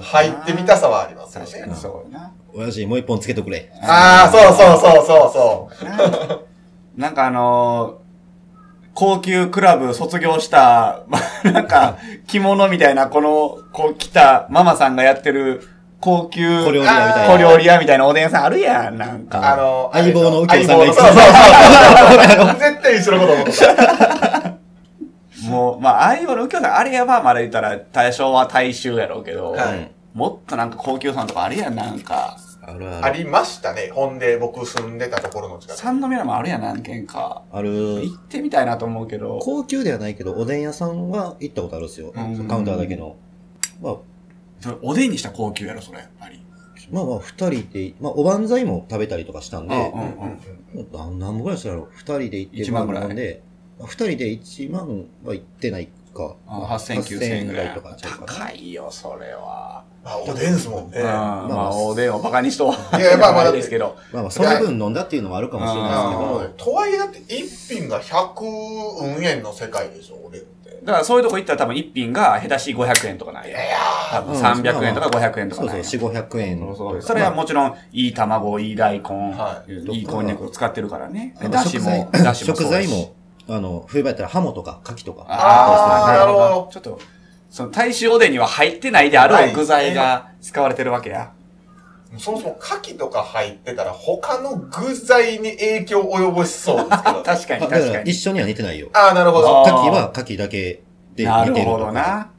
入ってみたさはありますよ
確か
ね。
にそうやな。
親父、もう一本つけとくれ。
ああ、そうそうそうそうそう。
そう。 [LAUGHS] なんかあのー高級クラブ卒業した、 [LAUGHS] まあなんか、着物みたいな、この、こう来たママさんがやってる、高級
小料理屋みたい
小
な。
料理屋みたいなおでん屋さんあるやん、なん
あ
か。
の、
相棒の右京さん
相棒
が
のそうそうそう。絶対一緒のこと思ってた。
もう、まあ、ああいうの、右京さん、あれやば、まだ言ったら、多少は大衆やろうけど、
は
うん
もっとなんか高級さんとかあるやん、なんか。
あるあ
あ
る。
りましたね。ほんで、僕住んでたところの近く。
三宮もあるやん、何軒か。
ある
行。ってみたいなと思うけど。
高級ではないけど、おでん屋さんは行ったことあるんですよ。
う
カ
ん
ウンターだけの。まあ、
それおでんにしたら高級やろ、それ、やっぱり。
まあまあ、二人で、まあ、おばんざいも食べたりとかしたんで
う、んうんうん
何何本ぐらいしたの二人で行って
一万ぐらい
なんで、まあ二人で一万は行ってないか。
あ8000、9000円ぐらい
とかちゃうかな。
高いよ、それは。
まあ、おでんすもんね。
うん、
ま
ま
ま
あ、
あ
おでんをバカにしとは。
いやまあまあ
ないですけど。
まあまあ、その分飲んだっていうのもあるかもしれないです
あとはいえ、だって一品が100運円の世界でしょ、おでんって。
だからそういうとこ行ったら多分一品が下手しい500円とかない
い
よ
や。
多分
うん
300円とか500円
け
とか
ど。そう
ない
そう、
よ。
四五百円。
そうそうそれはもちろん、いい卵、いい大根、、
はい
いこんにゃくを使ってるからね。
あの
だしも、
食材
だしもそう
食
だ
材
し。
も、あの、冬場やったらハモとか牡蠣とか。
ああ、
あー
なるほ
なるほ
ど
ど。
ちょっと、その大衆おでんには入ってないであろう具材が使われてるわけや。
そもそも牡蠣とか入ってたら他の具材に影響を及ぼしそうです [LAUGHS] けど。
確かに
あだ
確か
か
ら
一
に。
緒には似てないよ。
ああ、なるほ
あ
ど。
ー
牡蠣は牡蠣だけで
な
似
る
てる
ほ
と
ど
か。
な。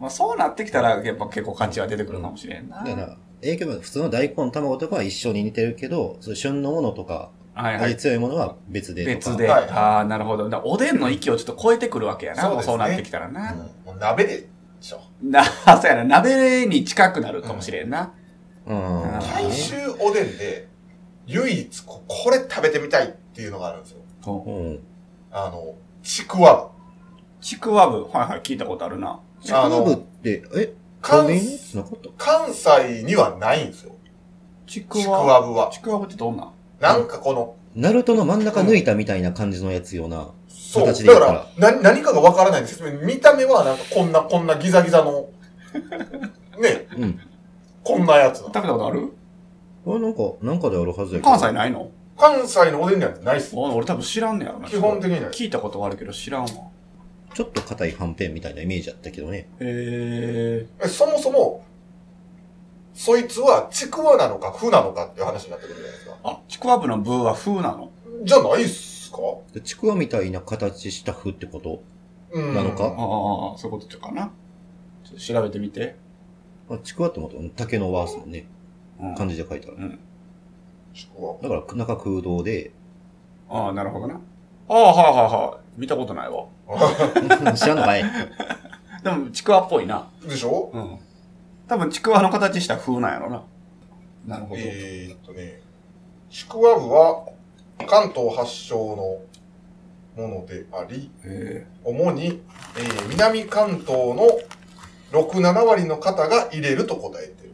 まあ、そうなってきたら、やっぱ結構価値は出てくるかもしれんな。
だから、影響も普通の大根、卵とかは一緒に似てるけど、そういう旬のものとか、
はいは
味
い。
強いものは別でとか。
別で。
はい
ああ、なるほど。だからおでんの域をちょっと超えてくるわけやな。
そう
も
で
う
すね
そうなってきたらな。
もう鍋でしょ。
な、 [LAUGHS] そうやな。鍋に近くなるかもしれんな。
うん。
あー
大衆おでんで、唯一ここれ食べてみたいっていうのがあるんですよ。
ほう
うん。
あの、ちくわ。
ちくわぶ。はいはい。聞いたことあるな。
ちくわぶって、えコ
関
ンビニのやつなかった
関西にはないんですよ。
ちく
ちくわぶは。
ちくわぶってどんな
なんかこの、
ナルトの真ん中抜いたみたいな感じのやつような。
そう、
形で言
だ
うか
からら、な、何かがわからないんですけど、見た目はなんかこんな、こんなギザギザの、 [LAUGHS] ね、
うん。
こんなやつなの
食べたことある
これなんか、なんかであるはずやけど。
関西ないの
関西のおでんにはないっす。
お俺多分知らんねやろな。
基本的にない。
聞いたことはあるけど知らんわ。
ちょっと硬いはんぺんみたいなイメージだったけどね。
へえ。
えそもそも、そいつはちくわなのか、ふなのかっていう話になってくるじゃないですか。
あ、ちくわぶのブーは風なの
じゃないっすか
でちくわみたいな形した風ってこと
うん。
なのか
ああ、そういうことかな。ちょっと調べてみて。
あちくわってもと、竹の輪ですもんね。
うん
漢字で書いたら。
ちくわ。 [LAUGHS]
だから、中空洞で、 [LAUGHS]
ああ、なるほどな。ああ、はいはいはい。見たことないわ。
知らんのかい
でも、ちくわっぽいな。
でしょ
うん。多分、ちくわの形した風なんやろな。なるほど。
えーっとね、ちくわぶは関東発祥のものであり、
へ
主に、えー南関東の6、7割の方が入れると答えてる。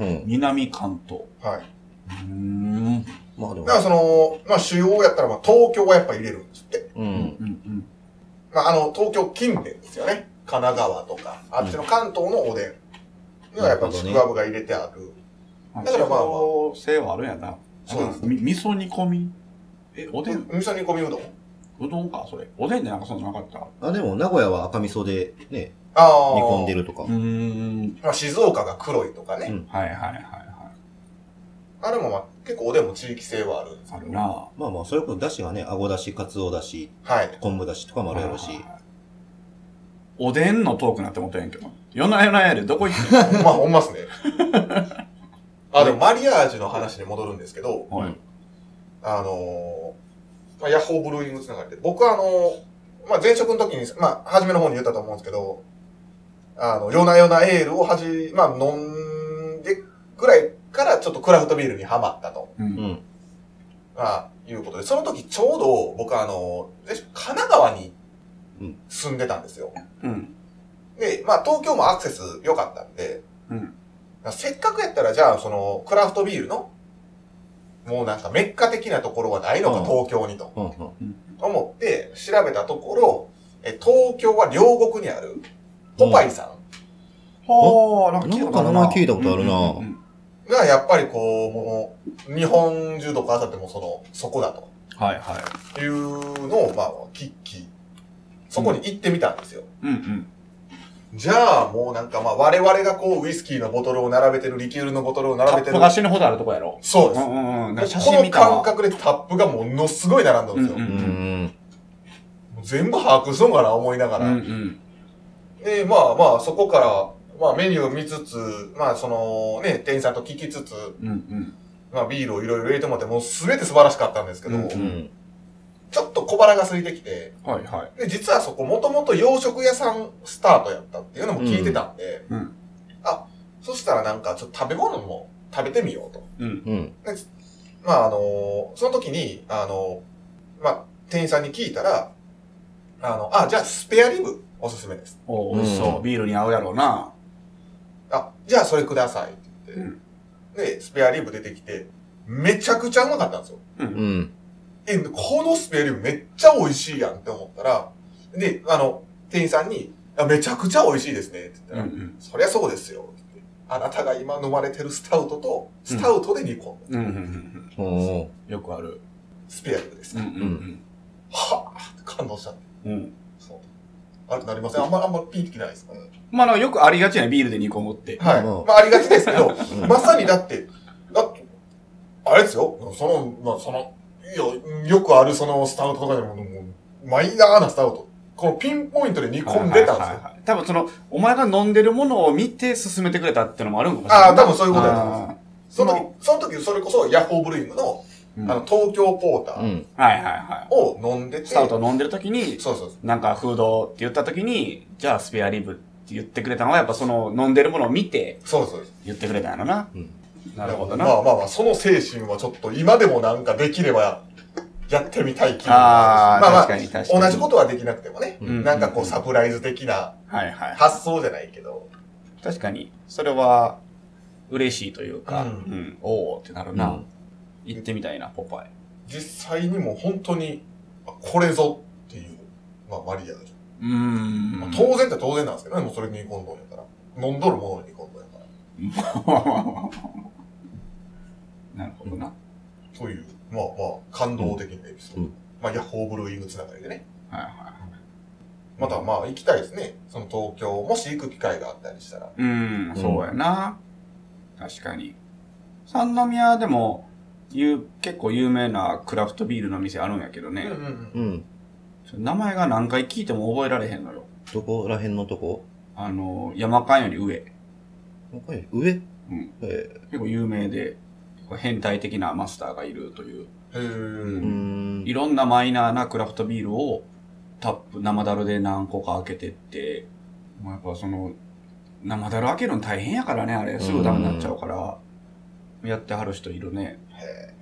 うん。
南関東。
はい。
うーん。
まあ
だ
でも
か、らその、まあ主要やったら、まあ東京はやっぱ入れるんですって。
う。
うんん。
まああの、東京近辺ですよね。神奈川とか、あっちの関東のおでん。にはやっぱちくわぶが入れてある。
うん。
だからまあまあ
地方性はあるんやな。
そうです
み味噌煮込み。え、おでん、
味噌煮込みうどん
うどんか、それ。おでんでなんかそんななかった。
あ、でも、名古屋は赤味噌でね、
ああ。
煮込んでるとか
う。ーん。
まあ、静岡が黒いとかね。
うん
はいはいはいは
あれもまあ、結構おでんも地域性はあるんです
い。あ
け
る
ど。
な。
まあまあ、それこそ、だしがね、あごだし、かつおだし、
はい。
昆布だしとかもあるやろうし。
おでんのトークなって思ったんやけど。夜な夜なやで、どこ行って
ほんま、ほんまっすね。あ、でもマリアージュの話に戻るんですけど、
んのはい。
あのーまあ、ヤッホーブルーイングつながりで、僕はあのーまあ、前職の時に、まあ、初めの方に言ったと思うんですけど、あの、夜な夜なエールをはじ、まあ、飲んでぐらいからちょっとクラフトビールにはまったと、
う。
うんん。
まあ、いうことで、その時ちょうど僕はあのー神奈川に
うん
住んでたんですよ。
うん。
で、まあ東京もアクセス良かったんで、
うん
せっかくやったらじゃあそのクラフトビールの、もうなんかメッカ的なところはないのか、
うん
東京にと
うん。うん。
思って調べたところ、え東京は両国にあるポパイさ
はあ、なんか
な
聞いたこ
ん
と
か
ある
名
な。
前聞いたことある
うん
な
うんうん
んがやっぱりこう、もう日本中どこあさってもその、そこだと
はいはい。
いうのをまあ聞き、そこに行ってみたんですよ。
うんうん。
じゃあもうなんかまあ我々がこうウイスキーのボトルを並べてる、リキュールのボトルを並べてる。
昔のほどあるとこやろ。
そう
う
です。
んうんうん。なんか写
こ
真
の
見た
感
わ。
覚でタップがものすごい並んだんですよ。
うんうん
うん。
もう全部把握しとんかな、思いなが
う
ら。
んうん。
で、まあまあ、そこから、まあメニューを見つつ、まあそのね、店員さんと聞きつつ、
うんうん。
まあビールをいろいろ入れてもらって、もう全て素晴らしかったんですけど、
うんう
うんん。
ちょっと小腹が空いてきて、
はいはい。
で、実はそこもともと洋食屋さんスタートやったっていうのも聞いてたんで、
うんうん
あ、そしたらなんかちょっと食べ物も食べてみようと。
うん。
うん。
まああの、その時に、あの、まあ、店員さんに聞いたら、あの、あ、じゃあスペアリブおすすめです。
お美味しそうう。ビールに合うやろうな。
あ、じゃあそれくださいって言って、で、スペアリブ出てきて、めちゃくちゃうまかったんですよ。
うん。
え、このスペアリブめっちゃ美味しいやんって思ったら、で、あの、店員さんに、あめちゃくちゃ美味しいですねって言った
うんう
ら、
ん。
そりゃそうですよって言って。あなたが今飲まれてるスタウトと、スタウトで煮込んだ
うんうんうん
おー
うん。よくある。
スペアリブです。
うんうん
はぁって感動しちゃって。
うん。うん。
そう。あれなりません。あんま、あんまピンってきないですかね。
まあなんかよくありがちなビールで煮込むって。
はい。
うん
まあ、ありがちですけ
[LAUGHS]
ど、
うん
まさにだって、だって、あれですよ、その、まあ、その、いやよくあるそのスタウトとかでも、もうマイナーなスタウトこのピンポイントで煮込んでたんです
はいはい
よ。
はいはい多分その、お前が飲んでるものを見て進めてくれたってのもあるんかもしれない。
ああ、多分そういうことだと思います。
あ
そ
そ
の
の
時、その時、それこそヤッホーブルーイングの、
ーうん
あの、東京ポータ
う
ー
ん。
はいはいは
を飲んでて、
い。スタウト飲んでる時に、
そうそうそう。
なんかフードって言った時に、じゃあスペアリブって言ってくれたのは、やっぱその飲んでるものを見て
そうそうそう。
言ってくれたんやろな。
うん。
なるほど
ま
な。
あまあまあ、その精神はちょっと今でもなんかできればやってみたい気分が
あ
あ
あ、
るしまあ
確かに確か
ま
に。
あ、同じことはできなくてもね、
と
うん
なんかこうサプライズ的な
はいはい。
発想じゃないけど、
確かに、それは嬉しいというか、
う
うんん、おおってなるな、
うん
行ってみたいな、ポパイ。
実際にもう本当に、あこれぞっていう、まあマリアでしょ。
うーん
まあ、当然って当然なんですけどね、もうそれに煮込んどんやから。飲んどるものに煮込んどんやから。
[LAUGHS] なるほどな。
という、まあまあ、感動的なエピソード。
うん
まあ、ヤッホーブルーイングつながりでね。
はいは
またまあ、行きたいですね。その東京、もし行く機会があったりしたら。
い。うーん、そうやな。確かに。三宮でも、ゆ結構有名なクラフトビールの店あるんやけどね、
うんうん
うん。
名前が何回聞いても覚えられへんのよ。
どこら辺のとこ
あの、山間より上。
わかんない上
うん
え
結構有名で、結構変態的なマスターがいるという。
うん。へー
ーうーん
い。ろんなマイナーなクラフトビールをタップ、生樽で何個か開けてって、もうやっぱその、生樽開けるの大変やからね、あれ。すぐダメになっちゃうから、やってはる人いるね。
へ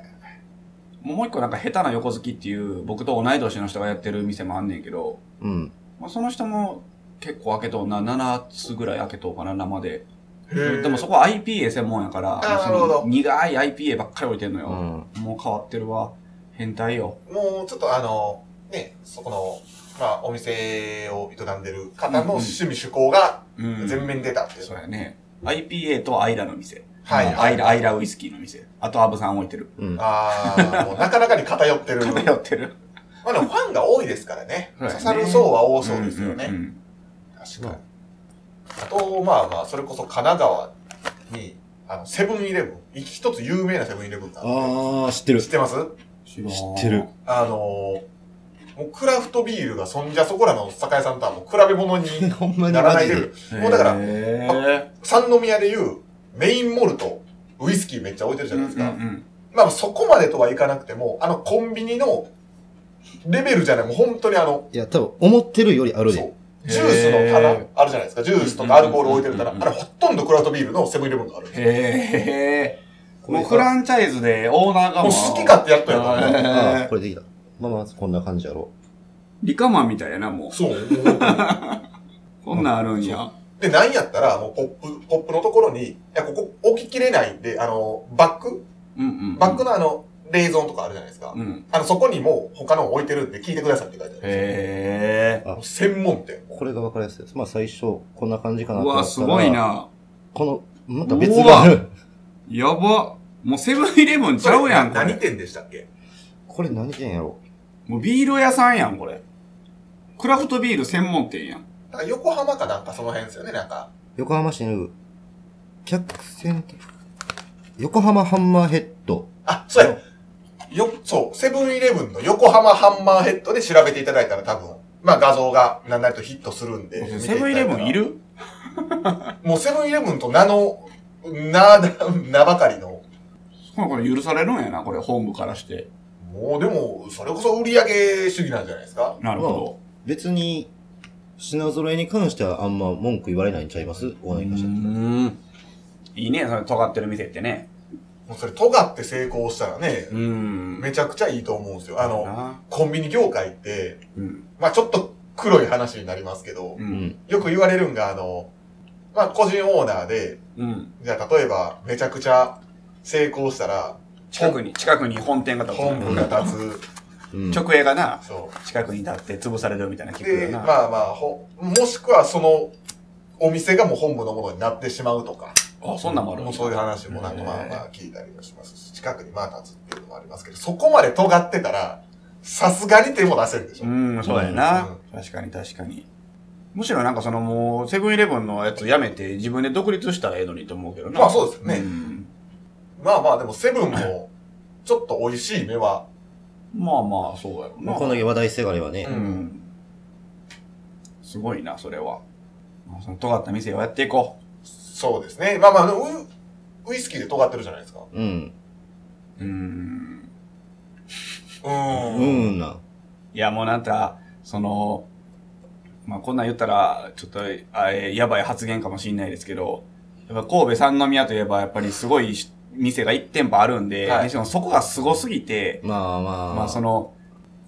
もう一個なんか下手な横好きっていう、僕と同い年の人がやってる店もあんねんけど、
うん。
まあ、その人も結構開けとんな、7つぐらい開けとうかな、生で。
ー
でもそこは IPA 専門やから、
ー
そ
なるほ
の
ど
苦い IPA ばっかり置いてんの
う
よ。
ん。
もう変わってるわ。変態よ。
もうちょっとあの、ね、そこの、まあ、お店を営んでる方の趣味趣向が
うん
全面に出たっていう。
そうやね。IPA とアイラの店。
はい
アイラ、アイラウイスキーの店。あと、アブさん置いてる。
うん。
ああ、もうなかなかに [LAUGHS] 偏ってる。
偏ってる。
まあでもファンが多いですからね。
そう
刺
やね
さる層は多そうですよね。
んんん
確かに。あと、まあまあ、それこそ神奈川に、あの、セブンイレブン、一つ有名なセブンイレブンがあっ
ああ、知って
て
る
知っ。てます
知らん
知ってる。
あのー、もうクラフトビールがそんじゃそこらの酒屋さんとはもう比べ物に
[LAUGHS] ほんまに
なら
マ
ない
ジ
レベ [LAUGHS]
で。
ル。もうだから
へ
三宮でいうメインモルト、ウイスキーめっちゃ置いてるじゃないですか。
うんうんうん
まあそこまでとはいかなくても、あのコンビニのレベルじゃない、もう本当にあの、
いや、多分、思ってるよりある
そ
で。
う。ジュースの棚
へー
あるじゃないですか。ジュースとかアルコール置いてる棚。
うんうん
あ
うん
れほとんどクラフトビールのセブンイレブンがある。
へー。
これ
もうフランチャイズでオーナーが
もう好き勝手やっとやからね。
ああ、
ら。
これできた。まあまあ、こんな感じやろ。
リカマンみたいやな、もう。
そう。
こんなんあるんや。
で、なんやったら、もうポップ、ポップのところに、いや、ここ置ききれないんで、あの、バック
うんうん。
バックのあの、冷蔵とかあるじゃないですか。
うん。
あの、そこにもう他の置いてるんで聞いてくださいって書いてあるんですよ。
へ
もう専門店。
これが分かりやすいです。まあ、最初、こんな感じかな
ー。
と
う
思った
わ、
ら。
すごい。な。
この、また別がある。
やば。もうセブンイレブンちゃうやん、こ
それ何
れ。
店でしたっけ
[LAUGHS] これ何店やろ
もうビール屋さんやん、これ。クラフトビール専門店やん。
なんか横浜かなんかその辺ですよね、なんか。
横浜市にある、客船、横浜ハンマーヘッド。
あ、そうや。よ、そう、セブンイレブンの横浜ハンマーヘッドで調べていただいたら多分、まあ画像が何なりとヒットするんで。見ていただ
セ
た
ブ
ら
ンイレブンいる
もうセブンイレブンと名の、な、名ばかりの。
このこれ許されるんやな、これ、ホームからして。
もうでも、それこそ売り上げ主義なんじゃないですか
なるほ
別に、品揃えに関してはあんま文句言われないんちゃいます
ど。
お
う
願いました。
ん。いいね、それ尖ってる店ってね。
もうそれ尖って成功したらね、
ん
めちゃくちゃいいと思うんですよ。あの、
な
コンビニ業界って、
うん。
まあちょっと黒い話になりますけど
う、。
うんん。
よく言われるんが、あの、まあ個人オーナーで、
うん。
じゃあ例えばめちゃくちゃ成功したら、
近くに、近くに本店が立つ。
本部が立つ。
うん。
直営がな、
そ
近くに立って潰されるみたいな
う。
聞く
で、
よな。
まあまあ、ほ、もしくはその、お店がもう本部のものになってしまうとか。
あ、そんなんもある
もうそういう話もなんかまあ
へえ
まあ聞いたりもしますし、近くにまあ立つっていうのもありますけど、そこまで尖ってたら、さすがに手も出せるでしょ。
うん、そうやな。確かに確かに。むしろなんかそのもう、セブンイレブンのやつやめて自分で独立したらええのにと思うけどな。
まあそうですよね
ん
まあまあでもセブンも、ちょっと美味しい目は、
まあまあ、そうやろ
まあ、こん
な。
だけ話題性があればね
う。ん
うん。すごいな、それは。まあその尖った店をやっていこ
そうですね。まあまあ、ウウイスキーで尖ってるじゃないですか。
うん。
う。うーん。
う
う
ーん。ん。
んな。
いや、もうなんか、その、まあ、こんなん言ったら、ちょっと、あえやばい発言かもしれないですけど、やっぱ神戸三宮といえば、やっぱりすごいし店が1店舗あるんで、
はい
でしかもそこがすごすぎて、
まあまあ。
まあ、その、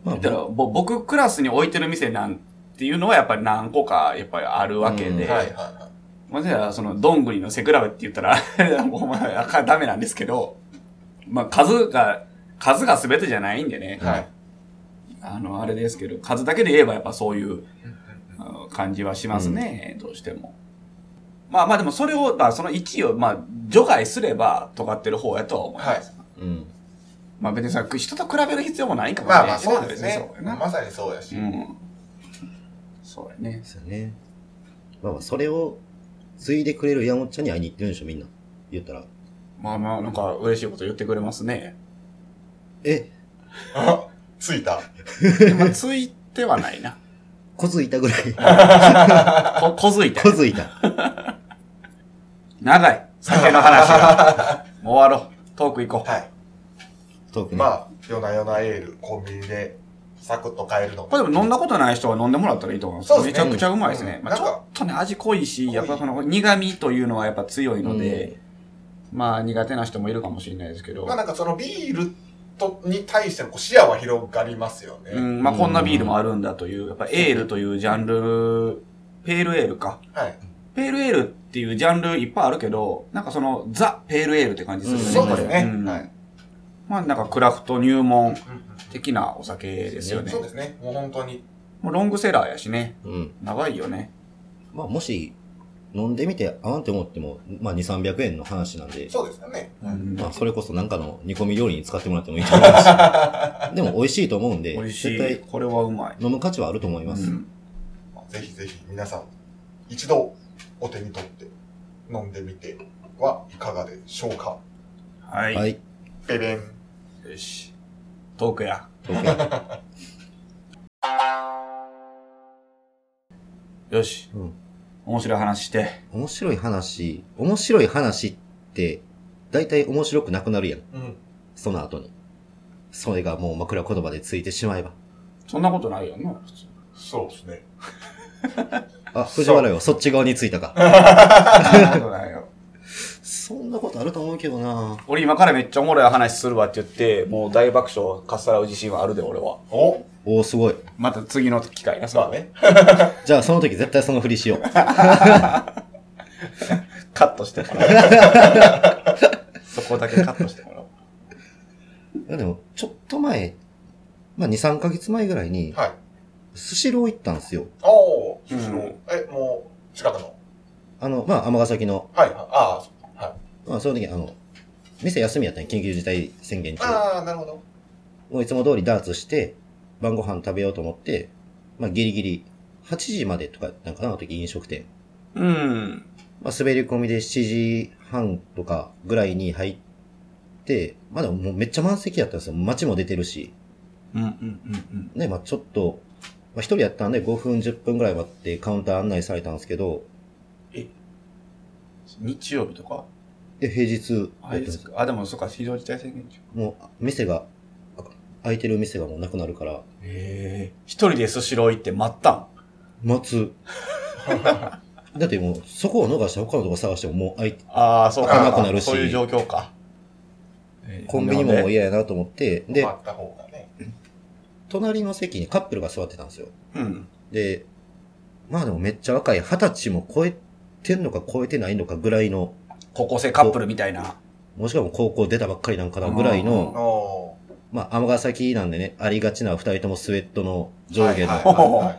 まあ、
言ったら、ぼ僕クラスに置いてる店なんていうのはやっぱり何個かやっぱりあるわけで、
うん
はいはいは
まあ、じゃあ、その、どんぐりの背比べって言ったら、 [LAUGHS] あれはもう、まあ、あかんダメなんですけど、まあ、数が、数が全てじゃないんでね
い。、はい。
あの、あれですけど、数だけで言えばやっぱそういうあの感じはしますね、どうしても。まあまあでもそれを、まあその1位を、まあ、除外すれば尖ってる方やとは思います。
うん。
まあ別にさ、人と比べる必要もないかもしれ
ま
な
あま
い
あ、
しな
そうですね
別にそ。うやな
まさにそうやし。
うん。そうやね。
そうやね。まあまあ、それを継いでくれる山本ちゃんに会いに行ってるんでしょ、みんな。言ったら。
まあまあ、なんか嬉しいこと言ってくれます
[LAUGHS]
ね。
え、
あ、ついた。
まあ、ついてはないな。
こづいたぐら
[LAUGHS]
い。
こ、 [LAUGHS] こづいた
こ。づいた。
長い。酒の話が。もう終わろう。トーク行こう。
はい。
トークね。
まあ、夜な夜なエール、コンビニで、サクッと買えるのも
これでも飲んだことない人は飲んでもらったらいいと思います。
そうですね
めちゃくちゃうまいですね。
うん
まあ、
な
ち
ん
ょ
か
っとね、味濃いし、
濃い
やっぱその苦味というのはやっぱ強いので、まあ苦手な人もいるかもしれないですけど
まあ、なんかそのビールとに対してのこう視野は広がりますよね。
うん、まあこんなビールもあるんだという、やっぱエールというジャンル、ペールエールか。
はい。
ペールエールっていうジャンルいっぱいあるけど、なんかそのザ・ペールエールって感じするよね。
うん
これ
そう
ですね
ん
はい
まあなんかクラフト入
う
門
んうん
的なお酒ですよね
そう。ですね。もう本当に。
もうロングセラーやしね。
うん。うん。
長いよね。
まあ、もし、飲んでみて合わんって思っても、まあ、2、300円の話なんで、
そうですよね。
うん
まあ、それこそなんかの煮込み料理に使ってもらってもいいと思
[LAUGHS]
いますし。でも、美味しいと思うんで、
美味し
絶
い
対。
これはうまい。
飲む価値はあると思います。
うん
ぜひぜひ皆さん、一度お手に取って飲んでみてはいかがでしょうか。
はい。
はい。
ベベン。
よし。トークや。
トークや
よし。
うん
面白い話して。
面白い話、面白い話って、大体面白くなくなるやん。
うん。
その後に。それがもう枕言葉でついてしまえば。
そんなことないよな。普通
そうですね。
あ、藤原よ、そっち側についたか。
そんなことないよ。
そんなことあると思うけどな
[LAUGHS] 俺今からめっちゃおもろい話するわって言って、もう大爆笑かっさらう自信はあるで、俺は。
お
おー、すごい。
また次の機会な、
まあね。
じゃあその時絶対そのふりしよう。
カットしてもらう。 [LAUGHS] そこだけカットしてもらおう。
いやでも、ちょっと前、まあ2、3ヶ月前ぐらいに、
はい。
スシロー行ったんですよ。
おー、
うん
スシロー。え、もう、近くの。
あの、まあ、尼崎の、
はい。ああ、そうはい。
まあ、その時、あの、店休みやったんや緊急事態宣言中。
ああ、なるほど。
もういつも通りダーツして、晩ご飯食べようと思って、まあ、ギリギリ、8時までとか、なんかな、あの時飲食店。
うん。
まあ、滑り込みで7時半とかぐらいに入って、まあ、でももうめっちゃ満席やったんですよ。街も出てるし。
うんうんうん
ね、まあちょっと、まあ一人やったんで5分10分ぐらい待ってカウンター案内されたんですけど、
うん。日曜日とか
で、平日やっ
あ
たん
れ
で
ですす
よ
かあ、でもそっか、非常事態宣言中。
もう、店が、あ空いてる店がもうなくなるから、
へえ。一人でスシロー行って待ったん
待つ。だってもう、そこを逃して他のとこ探してももう空いて、
ああ、そうか。
開かなくなるし
そういう状況か。えー
コンビニももう嫌やなと思って、で
あ、った方がね。
隣の席にカップルが座ってたんですよ。
うん。
で、まあでもめっちゃ若い、二十歳も超えてんのか超えてないのかぐらいの、
高校生カップルみたいな。
もしくはもう高校出たばっかりなんかなぐらい
うんうん
の
うん
お
まあ、尼崎なんでね、ありがちな二人ともスウェットの上下
は
の、
いはいはい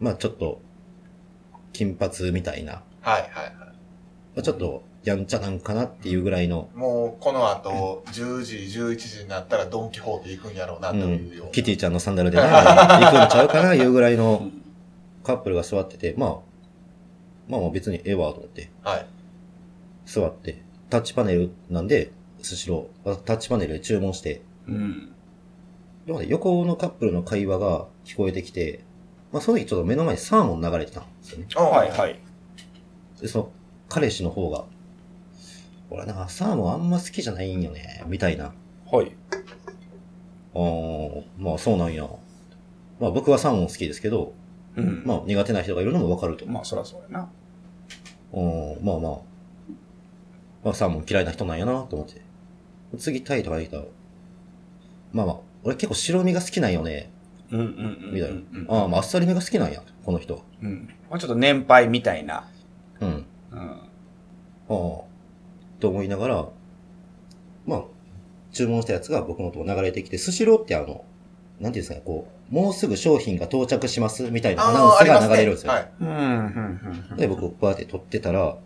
まあちょっと、金髪みたいな、ま
はい。はいはいは
あ、ちょっと、やんちゃなんかなっていうぐらいの、
い。もう、この後、10時、11時になったらドンキホーテ行くんやろうな、
う
というんよう、な。
キティちゃんのサンダルで
[LAUGHS]
ね、行くんちゃうかないうぐらいのカップルが座ってて、まあ、まあまあ別にええわと思って、
はい。
座って、タッチパネルなんで、スシロー、タッチパネルで注文して、
うん。
で横のカップルの会話が聞こえてきて、まあ、その時ちょっと目の前にサーモン流れてたんですよね。
ああ
はいはい。
で、その、彼氏の方が、俺なんかサーモンあんま好きじゃないんよね、みたいな。
はい。
あーまあそうなんや。まあ僕はサーモン好きですけど、
うん。
まあ苦手な人がいるのもわかると。
まあ、そらそうやな。
うん、まあまあ。まあサーモン嫌いな人なんやなと思って。次タイとかできたら、まあまあ、俺結構白身が好きなんよね。
うんうんうん。
みたいな
うん。
ああ、まああっさりめが好きなんや、この人は。
うん。まあ、ちょっと年配みたいな。
うん。
うん。
ああ。と思いながら、まあ、注文したやつが僕のとこ流れてきて、スシローってあの、なんていうんですかね、こう、もうすぐ商品が到着しますみたいなアナウン
あ
ス
りますね
が流れるんですよ。
はい。
うん、うん、うん。
で、僕、バーって撮ってたら、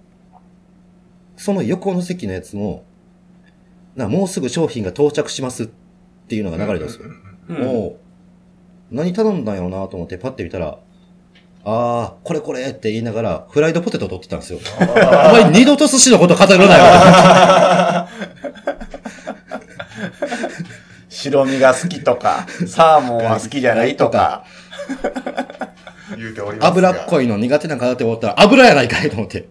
その横の席のやつも、なもうすぐ商品が到着しますっていうのが流れたんですよ。
うん。
もう、何頼んだんやろうなと思ってパッて見たら、あー、これこれって言いながら、フライドポテト取ってたんですよ。お前二度と寿司のこと語るなよ。
白身が好きとか、サーモンは好きじゃないとか。
[LAUGHS] 言うておりますが。
油っこいの苦手なんかなって思ったら、油やないかいと思って。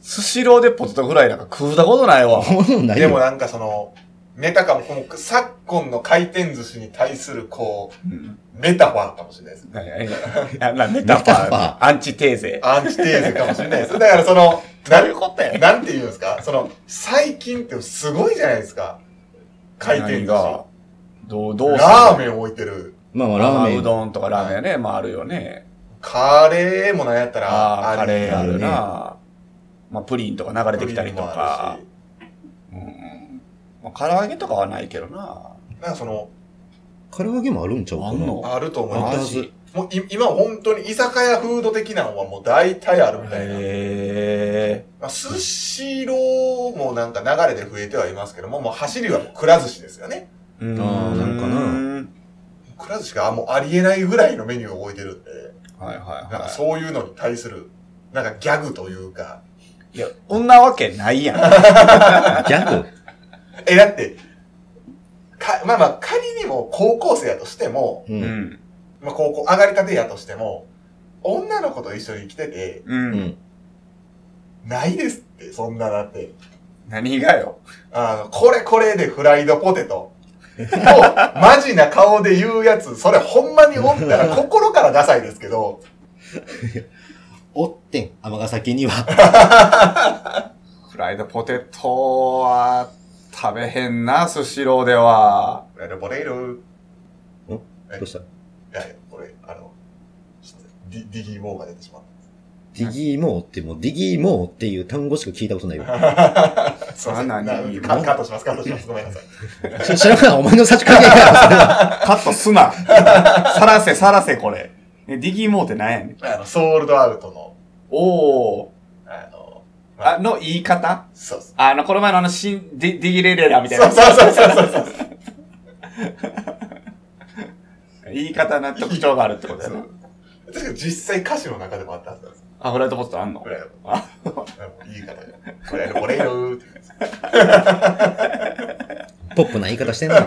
スシローでポテトフライなんか食うたことないわ。
こんなのない
でも
よ。
なんかその、メタかも、この昨今の回転寿司に対するこ
うん
う、メタファーかもしれないです。
いやいやなメタフ
メタ
ァ
ファ
ー、アンチテーゼ。
アンチテーゼかもしれないです。だからその、な
どういうことやねん
なんて言うんですかその、最近ってすごいじゃないですか。回転
何
寿司
が。。どう、どう
ラー
ン。
メン置いてる。
まあまあ、ラ
ラ
ー
ー
メ
メン。う
ン。
どんとかラーメンやね。まああるよね。
カレーもなんやったら、
ああ、カレーある
ね
な。まあプリンとか流れてきたりとか。
プリンも
うんうん。まあ唐揚げとかはないけどな。
あるしなんかその、
唐揚げもあるんちゃうか
あん
な。
の
あると思いま
マ
す。
ジ
もうい今本当に居酒屋フード的なのはもう大体あるみたいな。
へ
まあ、スシローもなんか流れで増えてはいますけども、もう走りはもうくら寿司ですよね。
え。うん
あーなんか
くら寿司がもうありえないぐらいのメニューを置いてるんで、
はいはい
なんか
は
そういうのに対する、なんかギャグというか。
い。いや、こんなわけないやん。
ギャグ
え、だって、か、まあまあ仮にも高校生やとしても、
う。
うんん。
まあ高校上がりたてやとしても、女の子と一緒に来てて、
う。
うんん。
ないですって、そんなだって。
何がよ。
あの、これこれでフライドポテト。と、マジな顔で言うやつ、それほんまにおった [LAUGHS] ら心からダサいですけど、
おってん、尼崎には。
フライドポテトは食べへんな、スシローでは。
フライドポテト。い
どうした
やいや、これ、あの、ちょっとディディギーモーが出てしまっ
ディギーモーってもう、ディギーモーっていう単語しか聞いたことない
[LAUGHS]
よ。
た。すいません。な
あ何
カカットします、カットします。ごめん [LAUGHS] なさい。
知知らない、お前の差し掛けやから、それは。
カットすな。 [LAUGHS] さらせ、さらせ、これ。ねディギーモーって何やねん。
あの、ソールドアウトの、
おー。
あの、
あの言い方
そうっす
あの、この前のあの、しん、ディディギレレラみたい
そう
な。
そうそうそうそうそう。
言い方な特徴があるってことや
そ
な
う。確かに実際歌詞の中でもあったはずなんですよ。
あ、フライドポテトあんの
フライド
あ
ポテト。言い方で。フライドポテトって。
ポップな言い方してんな。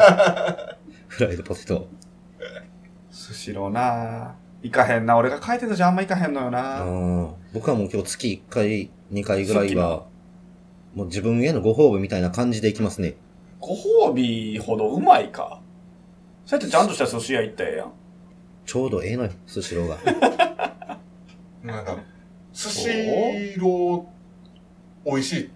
フライドポテト。
スシローなぁ。行かへんな。俺が回転寿司あんま行かへんのよ
あ
な
ー僕はもう今日月1回、2回ぐらいは、もう自分へのご褒美みたいな感じでいきますね。
ご褒美ほどうまいか。そうやってちゃんとした寿司屋行ったらええやん。
ちょうどええのよ、スシ
[LAUGHS]
ローが。
なんか、寿司ロー、美味し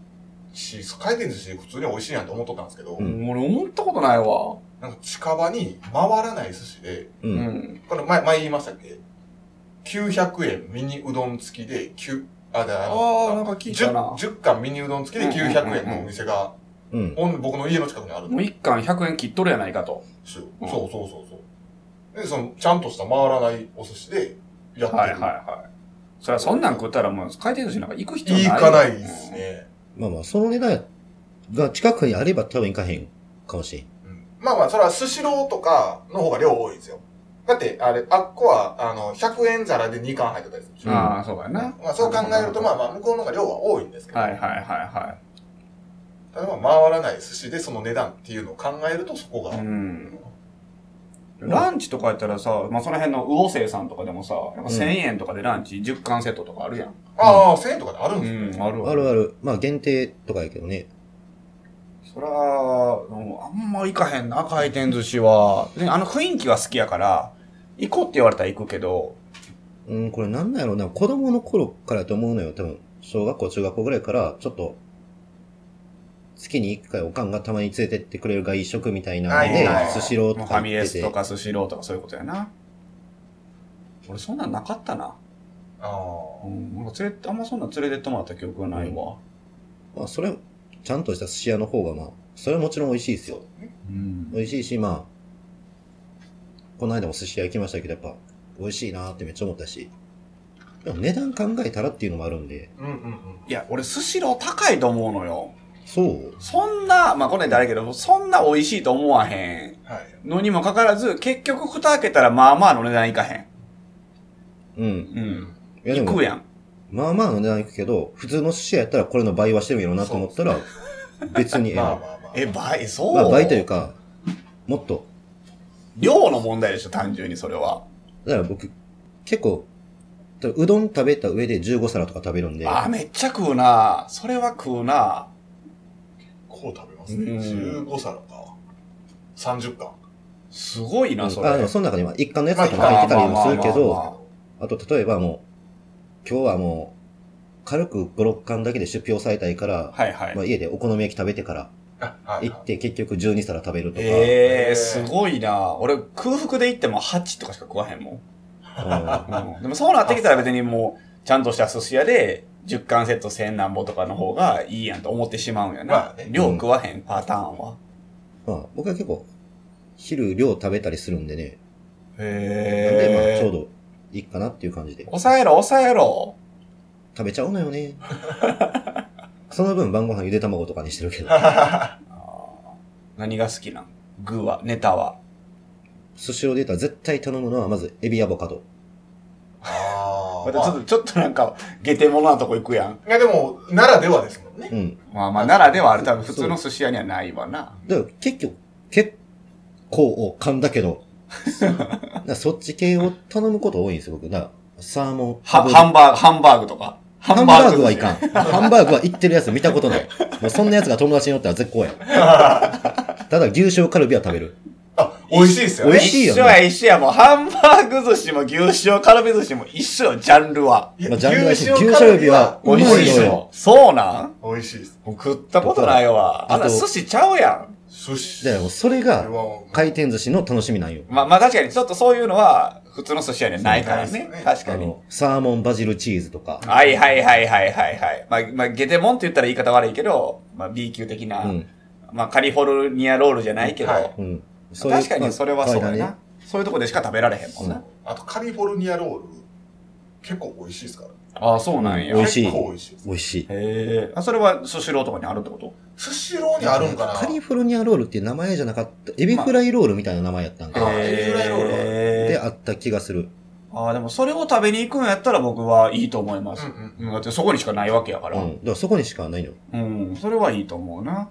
いし、回転寿司普通に美味しいやんって思っとったんですけど、
うん
俺思ったことないわ。
なんか近場に回らない寿司で、
う
う。
んん。
これ前、前言いましたっけ ?900 円ミニうどん付きで、9、あ、だあ
あー、な
の
んか聞いた
10,
な。も
10貫ミニうどん付きで900円のお店が、
うん。
ほん僕の家の近くにあるん
う
で
一貫100円切っとるやないかと。
すよ。
うん
そうそうそうそう。で、その、ちゃんとした回らないお寿司でやってる。
はいはいはい。そりゃそんなん食ったらもう回転寿司なんか行く必要ない。
行かないです。ね。
まあまあ、その値段が近くにあれば多分行かへんかもしれん。
まあまあ、それはスシローとかの方が量多いんですよ。だって、あれ、あっこは、あの、100円皿で2貫入ってたりするでしょ。
うん
ああ、そうやな。
まあ、そう考えると、まあまあ、向こうの方が量は多いんですけど、
はいはいは
ただまあ、回らない寿司でその値段っていうのを考えると、そこ
い
が
はい。うん。ランチとかやったらさ、まあ、その辺の魚生さんとかでもさ、やっぱ1000円とかでランチ10巻セットとかあるやん。
ああ、1000円とかであるんですね。
うん、ある
あるある。まあ限定とかやけどね。
そら、うんあんま行かへんな、回転寿司は。であの雰囲気は好きやから、行こうって言われたら行くけど、
うん、これなんなんやろうな。子供の頃からやと思うのよ、多分。小学校、中学校ぐらいから、ちょっと、月に1回おかんがたまに連れてってくれる外食みたいなの
はい
で
はいは、い
スシロー
もう
と
フ
か
ァミ
行
レ
って
ス
て
と。かスシローとかそういうことやな。俺そんなんなかったな。
ああ。
うん、なんか連れて、あんまそんなん連れてってもらった記憶がないわ。
まあそれ、ちゃんとした寿司屋の方がまあ、それはもちろん美味しいですよ。
うん。
美味しいし、まあ、この間も寿司屋行きましたけど、やっぱ、美味しいなーってめっちゃ思ったし。でも値段考えたらっていうのもあるんで。
うんうんうん。
いや、俺スシロー高いと思うのよ。
そう
そんな、まあ、この間あれやけど、そんな美味しいと思わへん
はい。
のにもかかわらず、結局蓋開けたらまあまあの値段いかへん。
うん。
うん。
いやで
行
も
く、やん。
まあまあの値段いくけど、普通の寿司屋やったらこれの倍はしてるんやろうなと思ったら、別にええ
まあ
な。
まあまあ。
え、倍、そう、
まあ倍というか、もっと。
量の問題でしょ、単純にそれは。
だから僕、結構、うどん食べた上で15皿とか食べるんで、
あ、めっちゃ食うなそれは食うな
こう食べますね。
うん
15皿か。30巻。
すごい
うん
な、それ。
あのその中には一貫のやつとかも入ってたりもするけ
まあまあまあまあ
ど、あと例えばもう、今日はもう、軽く5、6貫だけで出費抑えたいから、
はいはい。
まあ、家でお好み焼き食べてから
あ、はい、
行
は
っ
い。
て結局12皿食べるとか、
ええー、すごいな俺、空腹で行っても8とかしか食わへんもん。
うん
うんでもそうなってきたら別にもう、ちゃんとした寿司屋で、10巻セット1000何本とかの方がいいやんと思ってしまうんやな。
まあね
量食わへんパターンは。
まあ、僕は結構、昼量食べたりするんでね、なんでまあ
へ
ちょ
え
う。どいいかなっていう感じで。
抑えろ、抑えろ。
食べちゃうのよ [LAUGHS] ね。その分晩ご飯ゆで卵とかにしてるけど。
何が好きなん具は、ネタは。
寿司を出たら絶対頼むのはまずエビアボカド。
あ
ま
ー
たちょっと、ちょっとなんか、下手者なとこ行くやん。
いやでも、ならではですもんね。
うん。
まあまあ、奈良ではあれ多分普通の寿司屋にはないわな。
だから結局、結構を噛んだけ [LAUGHS] ど、だからそっち系を頼むこと多いんですよ、僕。だからサーモン。
は、
炙り
ハンバーグ、ハンバーグとか。
ハンバーグはい
寿司
かん。ハンバーグは行ってるやつ見たことない。もうそんなやつが友達におったら絶好や。 [LAUGHS] ただ牛醤カルビは食べる。
あ、美味しいですよ
美
ね
味。しいよね
一緒や一緒や、もうハンバーグ寿司も牛塩辛め寿司も一緒よ、ジャンルは。
いや
まあジャンルは一緒
牛
牛醤は
美味
カルビ
しい
は
よ。そうなん
美味しいです。
もう食ったことないわ。あんな
あと
寿司ちゃうやん。
寿司。
だからもうそれが
は
回転寿司の楽しみなんよ。
まあまあ確かに、ちょっとそういうのは普通の寿司屋にはないから
そう
ね
ですね。
確か
あ
に。
の、サーモンバジルチーズとか。
はいはいはいはいはいはい。まあ、まあ、ゲテモンって言ったら言い方悪いけど、まあ B 級的な、
うん。
まあカリフォルニアロールじゃないけど、
はい
うん。そういう
確かにそれはそうやな。。そういうとこでしか食べられへんもんな。
うん
あとカリフォルニアロール、結構美味しいですから。
ああ、そうなんや。
美味しい
結構美味しいです。
美味しい。
へえ。あ、それはスシローとかにあるってこと
寿司ローにあるんかな
カリフォルニアロールっていう名前じゃなかった。エビフライロールみたいな名前やったんか。
あエビフライロールは
で、
ル
あった気がする。
ああ、でもそれを食べに行くんやったら僕はいいと思います。
うんうん
うんだってそこにしかないわけやか
う
ら。
ん。だからそこにしかないの。
うん、それはいいと思うな。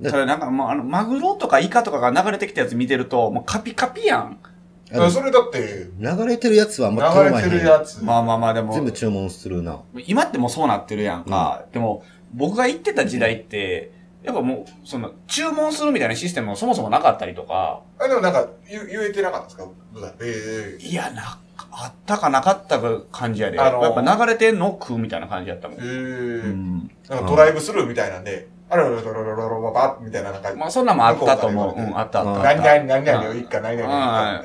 で
ただなんか、まあ、あの、マグロとかイカとかが流れてきたやつ見てると、もうカピカピやん。
だからそれだって、
流れてるやつはあんま
流れ
へ
て
ん
るやつ。
まあまあまあ、でも、
全部注文するな。
今ってもうそうなってるやんか。でも、僕が行ってた時代って、やっぱもう、その、注文するみたいなシステムもそもそもなかったりとか、
あ、でもなんか、言言えてなかったですか舞台。え
いや、な、あったかなかったか感じやで。
あの
やっぱ流れてんの食うみたいな感じやったも
え
ん。
え
う
え。
ん。
なんかドライブスルーみたいなんで、あららららららららばみたいな、なんか、
まあ、そんなんもあったと思う。うん、あったあったあ
何
った。
々何々よ、一家何々よ、一家みた
うん、
い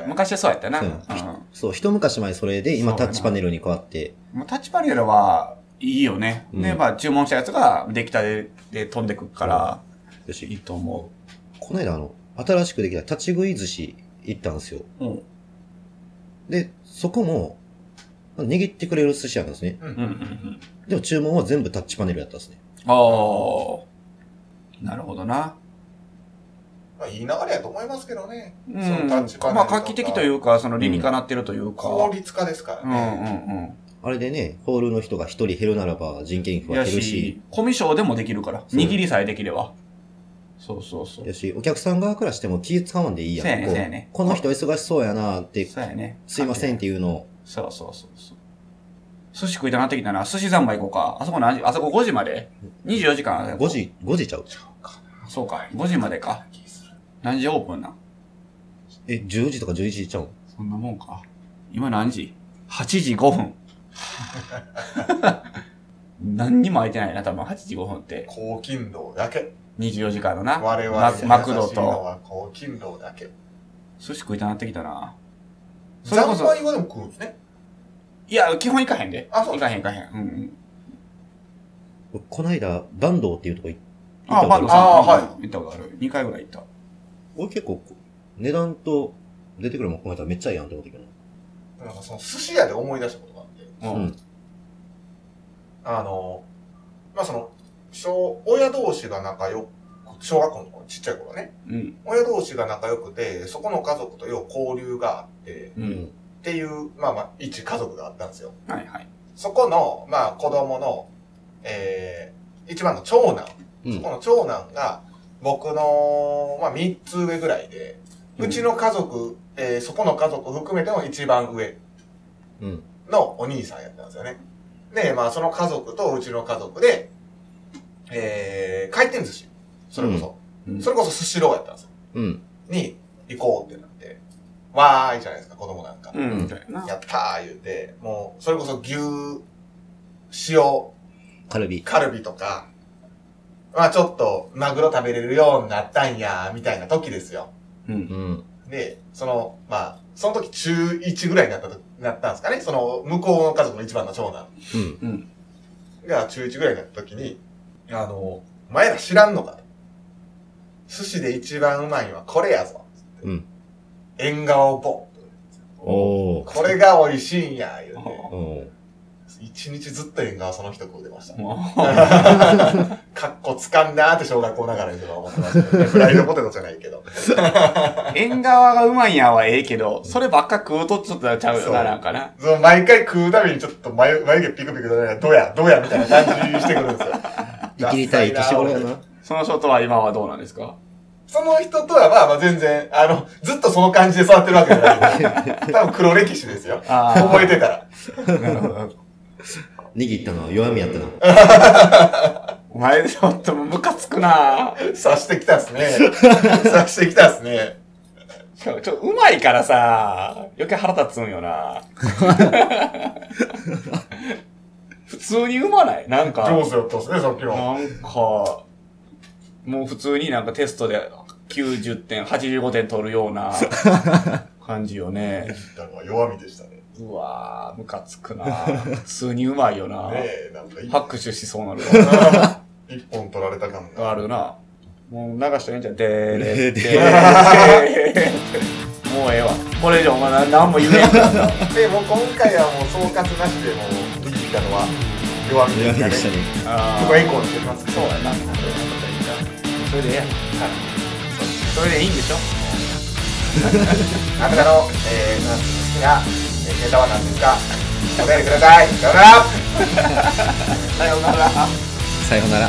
な。
昔はそうやったな。う
そ
ん
う。そう、一昔前それで、今
そう
タ
やな
ッチパネルに変わって。
もうタッチパネルはいいよね。
うん
で、まあ、注文したやつが出来たでで飛んでくるから、
よ
いい
し。
と思
この間あの、新しくできた立ち食い寿司行ったんですよ。
う。うん。
で、そこも、握ってくれる寿司屋なんですね。
うんうんうん。
でも注文は全部タッチパネルやったんですね。
ああ。なるほどな。
まあ、いい流れやと思いますけどね。
うん。
そのタッチパネルとか
まあ、画期的というか、その理にかなってるというか。
効率化ですから
うんうん
ね。
あれでね、ホールの人が一人減るならば人件
うん。
費は
や
減るし、
し、コミュ障でもできるから。
そう
握りさえできれば。そうそうそう
や。し、お客さん側からしても気使わんでいいや
そ
ん。
うやね
こ
そうやね
この人忙しそうやなって、
そうやね。
すいませんっていうのを。
そうそうそうそう。寿司食いたなってきたな。寿司三昧行こうか。あそこ何時あそこ5時まで ?24 時間
5。時、5時ちゃう
そうか。5時までか。何時オープンなん
え、10時とか11時ちゃう
そんなもんか。今何時 ?8 時5分。何にも空いてないな、多分8時5分って。
高勤労だけ。
24時間のな。
我々
マ
に優しい
マクド
の
と。
は高勤労だけ。
寿司食いたなってきたな。それ
残
こそ、
杯はでも食うんですね。
いや、基本行かへんで。
あそう
行かへん行かへん。うんうん。
僕この間、バンドっていうとこ行行っ
あ、
た
バン
ことある
ドさん。
あー
うん行ったことある。2回ぐらい行った。
俺結構、値段と出てくるもん込めたらめっちゃいいやんって思ったけど。
なんかその寿司屋で思い出したことがあって。
う
うん
ん。
あの、まあその、小、親同士が仲良く、小学校の頃ちっちゃい頃ね、
うん。
親同士が仲良くて、そこの家族とよう交流があって、
う。
うんん。
っていう、まあまあ、一家族があったんですよ。
はいはい。
そこの、まあ子供の、えー、一番の長男、
うん
そこの長男が、僕の、まあ三つ上ぐらいで、うちの家族、えー、そこの家族含めての一番上
うん。
のお兄さんやったんですよね。で、まあその家族とうちの家族で、えー、回転寿司。それこそ。
うん
それこそスシローやったんですよ。
うん。
に行こうってなって。わーいじゃないですか、子供なんか。
うんん。みたいな。
やったー言うて、もう、それこそ牛、塩、
カルビ。
カルビとか、まあちょっとマグロ食べれるようになったんやー、みたいな時ですよ。
うん。
うん。
で、その、まあ、その時中1ぐらいになったと、なったんですかね。その、向こうの家族の一番の長男。
うん。
うん。
が中1ぐらいになった時に、あの、お前ら知らんのかと。寿司で一番うまいのはこれやぞ。
うん
縁側をボン。
おー。
これが美味しいんや、言うて。
おー。
一日ずっと縁側その人食うてました。
も
かっこつかんなーって小学校ながらには思ってましたけどね。 [LAUGHS] フライドポテトじゃないけど。
う、縁側がうまいんやはええけど、そればっか食うとちょっとちゃうよ
そう
な、なんかな。
その毎回食うたびにちょっと眉眉毛ピクピクだね、どうや、どうやみたいな感じにしてくるんですよ。
[LAUGHS] 生きりたい年頃や
ダサい
な。
その人とは今はどうなんですか
その人とはまあまあ全然、あの、ずっとその感じで座ってるわけじゃない
[LAUGHS]
んで。多分黒歴史ですよ。
あ [LAUGHS] ー
覚えてたら。
なるほど。
握ったのは弱みやったな。
お前ちょっとムカつくなぁ。
察してきたっ
[LAUGHS]
すね。察してきたっすね。
しかもちょっとうまいからさ、余計腹立つんよな [LAUGHS] 普通にうまないなんか、
上手だったっすね、さっきの。
なんか、もう普通になんかテストで90点、85点取るような感じよね。
なんか弱みでしたね。ね
うわぁ、ムカつくな [LAUGHS] ぁ。普通にうまいよな
え、なんかいい。
拍手しそうなるわ
一本取られた感が。
あるな。もう流したらええんちゃうでーれでーれでー [LAUGHS] もうええわ。これ以上お前な何も言えんから [LAUGHS] な。
で、もう今回はもう総括なしでもう、できたのは弱みで
弱
し
み
た
で
ね。
したね。
あ
僕は以降にしてますけど。
そうやな。それでええやん。それでいいんでしょ
あなたの、えー、好きな、えーネタは何ですかお便りください。さようなら
さよなら。
さようなら。